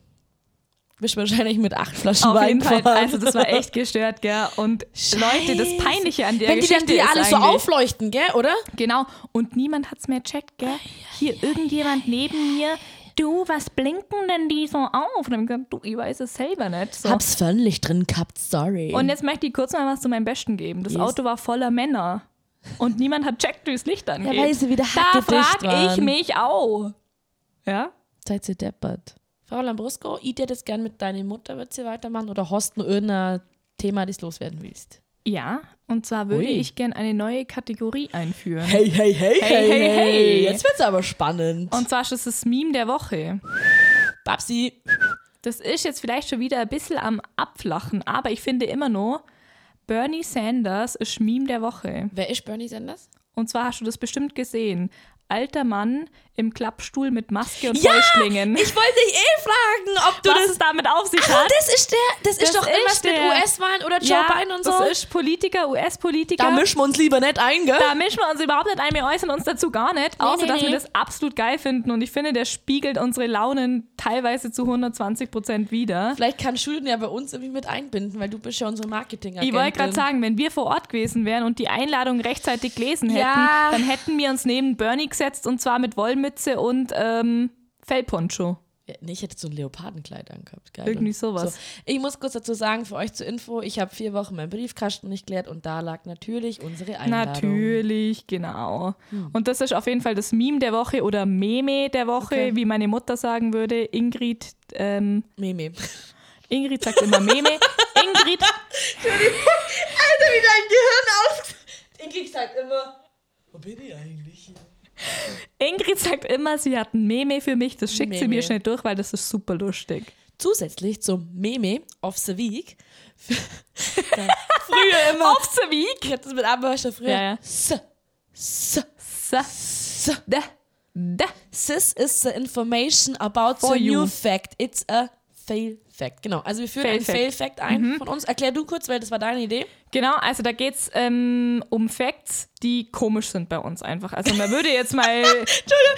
C: Bist wahrscheinlich mit acht Flaschen
D: Auf
C: Wein
D: jeden Fall,
C: gefahren.
D: also das
C: *laughs*
D: war echt gestört, gell? Und Leute, das Peinliche an der
C: Wenn die
D: Geschichte
C: dann die
D: ist
C: alle so
D: eigentlich-
C: aufleuchten, gell, oder?
D: Genau. Und niemand hat's mehr checkt, gell? Hier irgendjemand neben mir. Du, was blinken denn die so auf? Und dann hab ich gesagt, du, ich weiß es selber nicht. So.
C: Hab's Fernlicht drin gehabt, sorry.
D: Und jetzt möchte ich kurz mal was zu meinem Besten geben. Das
C: Yes.
D: Auto war voller Männer. Und niemand hat checkt, wie das Licht angeht.
C: weil sie wieder
D: da
C: hart gedicht
D: frag ich
C: waren.
D: mich auch. Ja?
C: Seid ihr deppert. Frau Lambrusco, ich hätte das gern mit deiner Mutter, wird sie weitermachen oder hast du noch irgendein Thema, das loswerden willst?
D: Ja, und zwar würde
C: Ui.
D: ich gern eine neue Kategorie *laughs* einführen.
F: Hey, hey, hey,
D: Hey, hey, hey.
F: Jetzt wird's aber spannend.
D: Und zwar ist es das Meme der Woche.
F: Babsi.
D: Das ist jetzt vielleicht schon wieder ein bisschen am Abflachen, aber ich finde immer nur, Bernie Sanders ist Meme der Woche.
C: Wer ist Bernie Sanders?
D: Und zwar hast du das bestimmt gesehen. alter Mann im Klappstuhl mit Maske und
C: Ja,
D: Vollschlingen.
C: Ich wollte dich eh fragen, ob du
D: was
C: das.
D: es damit auf sich
C: Ah,
D: hat.
C: das ist der. Das, ist
D: Das
C: doch
D: ist
C: irgendwas mit
D: der.
C: US-Wahlen oder Joe Biden und so.
D: Das ist Politiker, US-Politiker.
F: Da mischen wir uns lieber nicht ein, gell?
D: Da mischen wir uns überhaupt nicht ein, wir äußern uns dazu gar nicht, außer
C: nee,
D: dass
C: nee.
D: wir das absolut geil finden. Und ich finde, der spiegelt unsere Launen teilweise zu 120 Prozent wieder.
C: Vielleicht kannst du den ja bei uns irgendwie mit einbinden, weil du bist ja unsere marketing
D: Ich wollte gerade sagen, wenn wir vor Ort gewesen wären und die Einladung rechtzeitig gelesen hätten,
C: Ja.
D: dann hätten wir uns neben Bernie gesetzt und zwar mit Wollmütze und ähm, Fellponcho.
C: Ja, Nee, ich hätte so ein Leopardenkleid angehabt. Geil.
D: Irgendwie
C: Und
D: sowas.
C: So. Ich muss kurz dazu sagen, für euch zur Info, ich habe vier Wochen meinen Briefkasten nicht geleert und da lag natürlich unsere Einladung. Hm.
D: Natürlich, genau. Und das ist auf jeden Fall das Meme der Woche oder Meme der Woche,
C: Okay.
D: wie meine Mutter sagen würde. Ingrid, ähm,
C: Meme.
D: Ingrid sagt
C: *laughs*
D: immer Meme. Ingrid,
E: Alter, wie dein Gehirn aus. Ingrid
D: halt
E: sagt immer.
F: Wo bin ich eigentlich?
D: Ingrid sagt immer, sie hat ein Meme für mich. Das schickt sie
C: Meme.
D: mir schnell durch, weil das ist super lustig.
C: Zusätzlich zum Meme of the Week.
D: Früher immer. Auf the Week.
C: Ich hatte das mit Abhörscher früher.
D: Ja, ja.
C: S, s,
D: So. Da. Da.
C: This is the information about
D: For
C: the
D: you.
C: new fact. It's a fail fact. Genau. Also wir führen
D: Fail
C: einen Fail
D: fact. Mhm.
C: Fact ein von uns. Erklär du kurz, weil das war deine
D: *laughs*
C: Idee.
D: Genau, also da geht es ähm, um Facts, die komisch sind bei uns einfach. Also man würde jetzt
C: *laughs*
D: mal,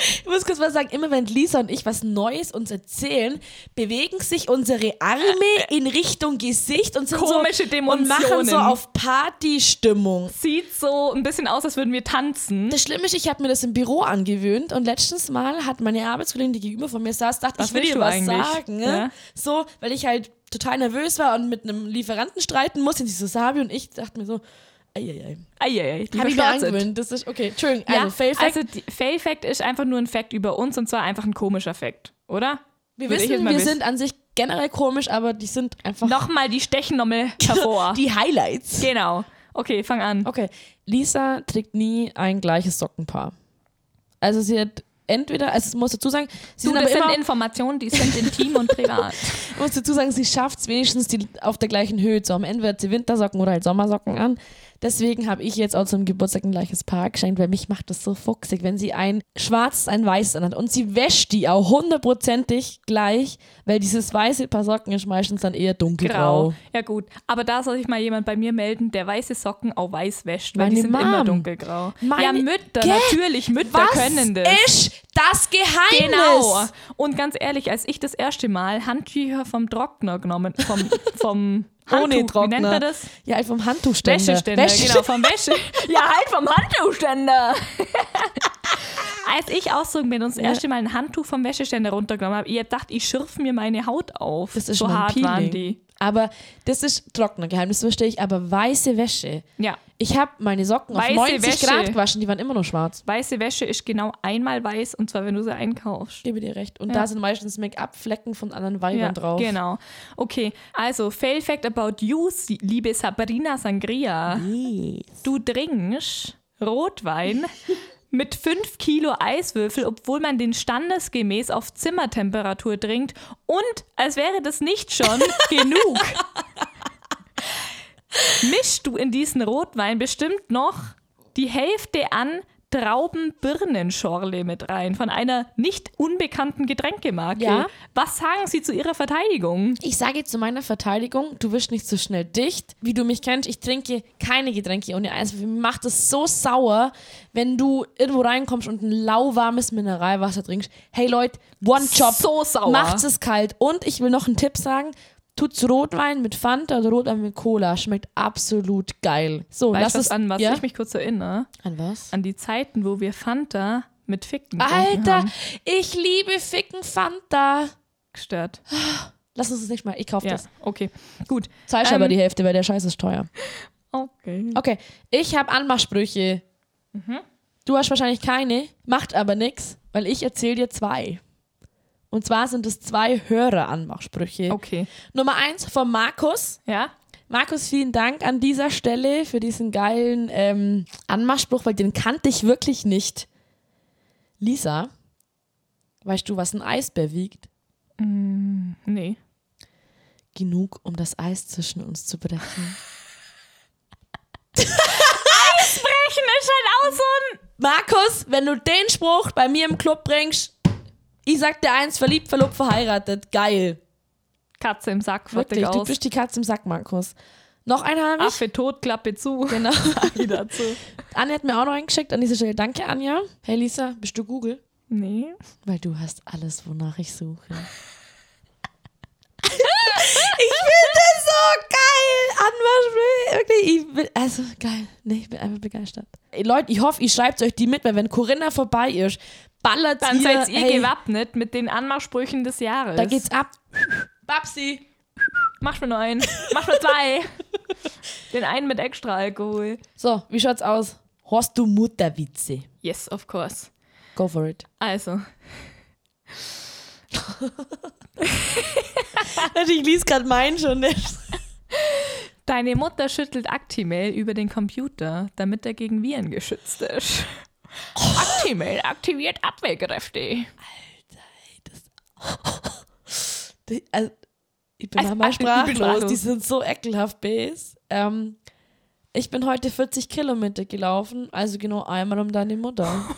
C: Ich muss kurz was sagen, immer wenn Lisa und ich was Neues uns erzählen, bewegen sich unsere Arme in Richtung Gesicht und sind
D: Komische
C: so, und
D: Dimensionen.
C: machen so auf Partystimmung.
D: sieht so ein bisschen aus, als würden wir tanzen.
C: Das Schlimme ist, ich habe mir das im Büro angewöhnt und letztens mal hat meine Arbeitskollegin, die gegenüber von mir saß, dachte,
D: Was
C: ich will
D: willst
C: ihr
D: du
C: was
D: eigentlich?
C: sagen. Ne?
D: Ja.
C: So, weil ich halt total nervös war und mit einem Lieferanten streiten musste, die so Sabi und ich dachte mir so, eieiei.
D: Eieiei, die
C: Habe ich mir
D: verstaut sind.
C: angewöhnt, das ist okay. Entschuldigung,
D: Ja,
C: also Fail Fact.
D: Also die- Fail Fact ist einfach nur ein Fact über uns und zwar einfach ein komischer Fact, oder?
C: wir
D: würde ich jetzt
C: wissen,
D: mal
C: wir
D: wissen.
C: sind an sich generell komisch, aber die sind einfach *laughs*
D: Nochmal die Stechnommel hervor.
C: die Highlights.
D: genau. Okay, fang an.
C: Okay, Lisa trägt nie ein gleiches Sockenpaar. Also sie hat entweder, also es muss dazu sagen, sie
D: Du,
C: sind
D: das
C: aber
D: sind
C: immer,
D: Informationen, die sind intim und
C: *laughs*
D: privat.
C: Ich muss dazu sagen, sie schafft es wenigstens die, auf der gleichen Höhe zu haben. Entweder hat sie Wintersocken oder halt Sommersocken an. Deswegen habe ich jetzt auch zum Geburtstag ein gleiches Paar geschenkt, weil mich macht das so fuchsig, wenn sie ein schwarzes, ein weißes anhat. Und sie wäscht die auch hundertprozentig gleich, weil dieses weiße Paar Socken ist meistens dann eher dunkelgrau.
D: Grau. Ja gut, aber da soll sich mal jemand bei mir melden, der weiße Socken auch weiß wäscht, weil
C: Meine
D: die sind immer
C: Mom.
D: dunkelgrau.
C: Meine-
D: ja, Mütter,
C: Gell?
D: natürlich, Mütter können das.
C: ist das Geheimnis?
D: Genau. Und ganz ehrlich, als ich das erste Mal Handtücher vom Trockner genommen, vom, vom Handtuch,
C: *laughs* Ohne
D: wie nennt
C: Trockner.
D: man das?
C: Ja, halt vom Handtuchständer.
D: Wäscheständer,
C: Wäsche-
D: genau, vom Wäsche.
C: *laughs*
D: ja, halt vom Handtuchständer. Als ich auszogen bin und das erste Mal ein Handtuch vom Wäscheständer runtergenommen habe, ich hab gedacht, ich schürfe mir meine Haut auf.
C: Das ist
D: so
C: mein
D: hart
C: Peeling.
D: waren die.
C: Aber das ist trockener Geheimnis, verstehe ich. Aber weiße Wäsche.
D: Ja,
C: Ich habe meine Socken
D: Weiße
C: auf 90
D: Wäsche.
C: Grad gewaschen, die waren immer noch schwarz.
D: weiße Wäsche ist genau einmal weiß und zwar, wenn du sie einkaufst.
C: Ich gebe dir recht. Und
D: Ja.
C: da sind meistens Make-up-Flecken von anderen Weibern
D: Ja,
C: drauf.
D: genau. Okay, also Fail Fact about you, sie- liebe Sabrina Sangria. Du trinkst
C: *laughs*
D: Rotwein mit 5 Kilo Eiswürfel, obwohl man den standesgemäß auf Zimmertemperatur trinkt und als wäre das nicht
C: *laughs*
D: schon genug. Mischst du in diesen Rotwein bestimmt noch die Hälfte an Traubenbirnenschorle mit rein von einer nicht unbekannten Getränkemarke.
C: Ja.
D: Was sagen Sie zu Ihrer Verteidigung?
C: Ich sage zu meiner Verteidigung, du wischst nicht so schnell dicht. Wie du mich kennst, ich trinke keine Getränke ohne Eis. Mir macht es so sauer, wenn du irgendwo reinkommst und ein lauwarmes Mineralwasser trinkst. Hey Leute, one job.
D: So sauer.
C: Macht es kalt. Und ich will noch einen Tipp sagen. Tut's Rotwein mit Fanta oder Rotwein mit Cola. Schmeckt absolut geil. So,
D: Weißt
C: lass
D: du,
C: es
D: an was
C: ja?
D: ich mich kurz erinnere?
C: An was?
D: An die Zeiten, wo wir Fanta mit Ficken getrunken
C: Alter,
D: haben.
C: ich liebe ficken Fanta.
D: gestört.
C: Lass uns das nicht mal. Ich kaufe
D: Ja,
C: das.
D: okay. Gut.
C: Zahlst
D: Ähm,
C: aber die Hälfte, weil der Scheiß ist teuer.
D: Okay.
C: Okay, ich habe Anmachsprüche.
D: Mhm.
C: Du hast wahrscheinlich keine, macht aber nix, weil ich erzähle dir zwei. Und zwar sind es zwei Hörer-Anmachsprüche.
D: Okay.
C: Nummer eins von Markus.
D: Ja?
C: Markus, vielen Dank an dieser Stelle für diesen geilen ähm, Anmachspruch, weil den kannte ich wirklich nicht. Lisa, weißt du, was ein Eisbär wiegt?
D: Nee.
C: Genug, um das Eis zwischen uns zu brechen.
D: Brechen ist halt auch so ein
C: *laughs* Markus, wenn du den Spruch bei mir im Club bringst, ich sag dir eins, verliebt, verlobt, verheiratet. Geil.
D: Katze im Sack, fertig
C: Wirklich, du
D: aus.
C: bist die Katze im Sack, Markus. Noch einen habe ich.
D: Affe tot, Klappe zu.
C: *laughs* Genau.
D: Wieder zu.
C: Anja hat mir auch noch eingeschickt. An dieser Stelle danke, Anja. Hey Lisa, bist du Google?
D: Nee.
C: Weil du hast alles, wonach ich suche. *laughs*
F: So geil!
C: Anwaschmüll, wirklich, ich bin, also geil. Nee, ich bin einfach begeistert. Ey, Leute, ich hoffe, ihr schreibt euch die mit, weil wenn Corinna vorbei ist, ballert
D: Dann
C: ihr,
D: seid ihr
C: ey,
D: gewappnet mit den Anmachsprüchen des Jahres.
C: Da geht's ab. Babsi.
D: Mach mir nur einen. Mach mir zwei.
C: *laughs*
D: den einen mit extra Alkohol.
C: So, wie schaut's aus?
F: Hast du Mutterwitze?
D: Yes, of course.
C: Go for it.
D: Also,
C: *laughs* Ich lies gerade meinen schon ne? nicht.
D: deine Mutter schüttelt Actimel über den Computer, damit er gegen Viren geschützt *laughs* ist. Actimel aktiviert Abwehrkräfte.
C: Die- Also, ich bin
D: Also,
C: einmal
D: ich bin sprachlos.
C: sprachlos. Die sind so ekelhaft, Bes. Ähm, ich bin heute 40 Kilometer gelaufen, also genau einmal um deine Mutter.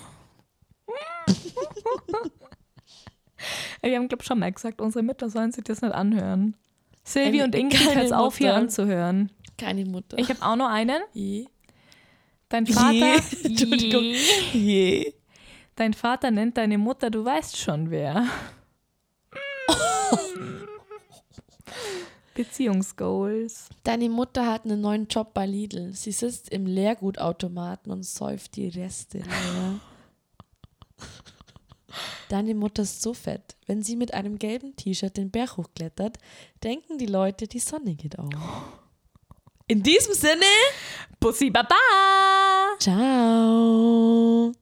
D: Ey, Wir haben, glaube ich, schon mal gesagt, unsere Mütter sollen sich das nicht anhören. Silvi
C: Eine
D: und Ingrid,
C: geile
D: hört's auf, hier
C: Mutter.
D: anzuhören.
C: *laughs* Keine Mutter.
D: Ich habe auch noch einen.
C: Je.
D: Dein Vater. *laughs*
C: Entschuldigung. Je.
D: Dein Vater nennt deine Mutter, du weißt schon *laughs* wer. Beziehungsgoals.
C: Deine Mutter hat einen neuen Job bei Lidl. Sie sitzt im Leergutautomaten und säuft die Reste leer. Deine Mutter ist so fett. Wenn sie mit einem gelben T-Shirt den Berg hochklettert, denken die Leute, die Sonne geht auf. In diesem Sinne,
D: Bussi Baba!
C: ciao.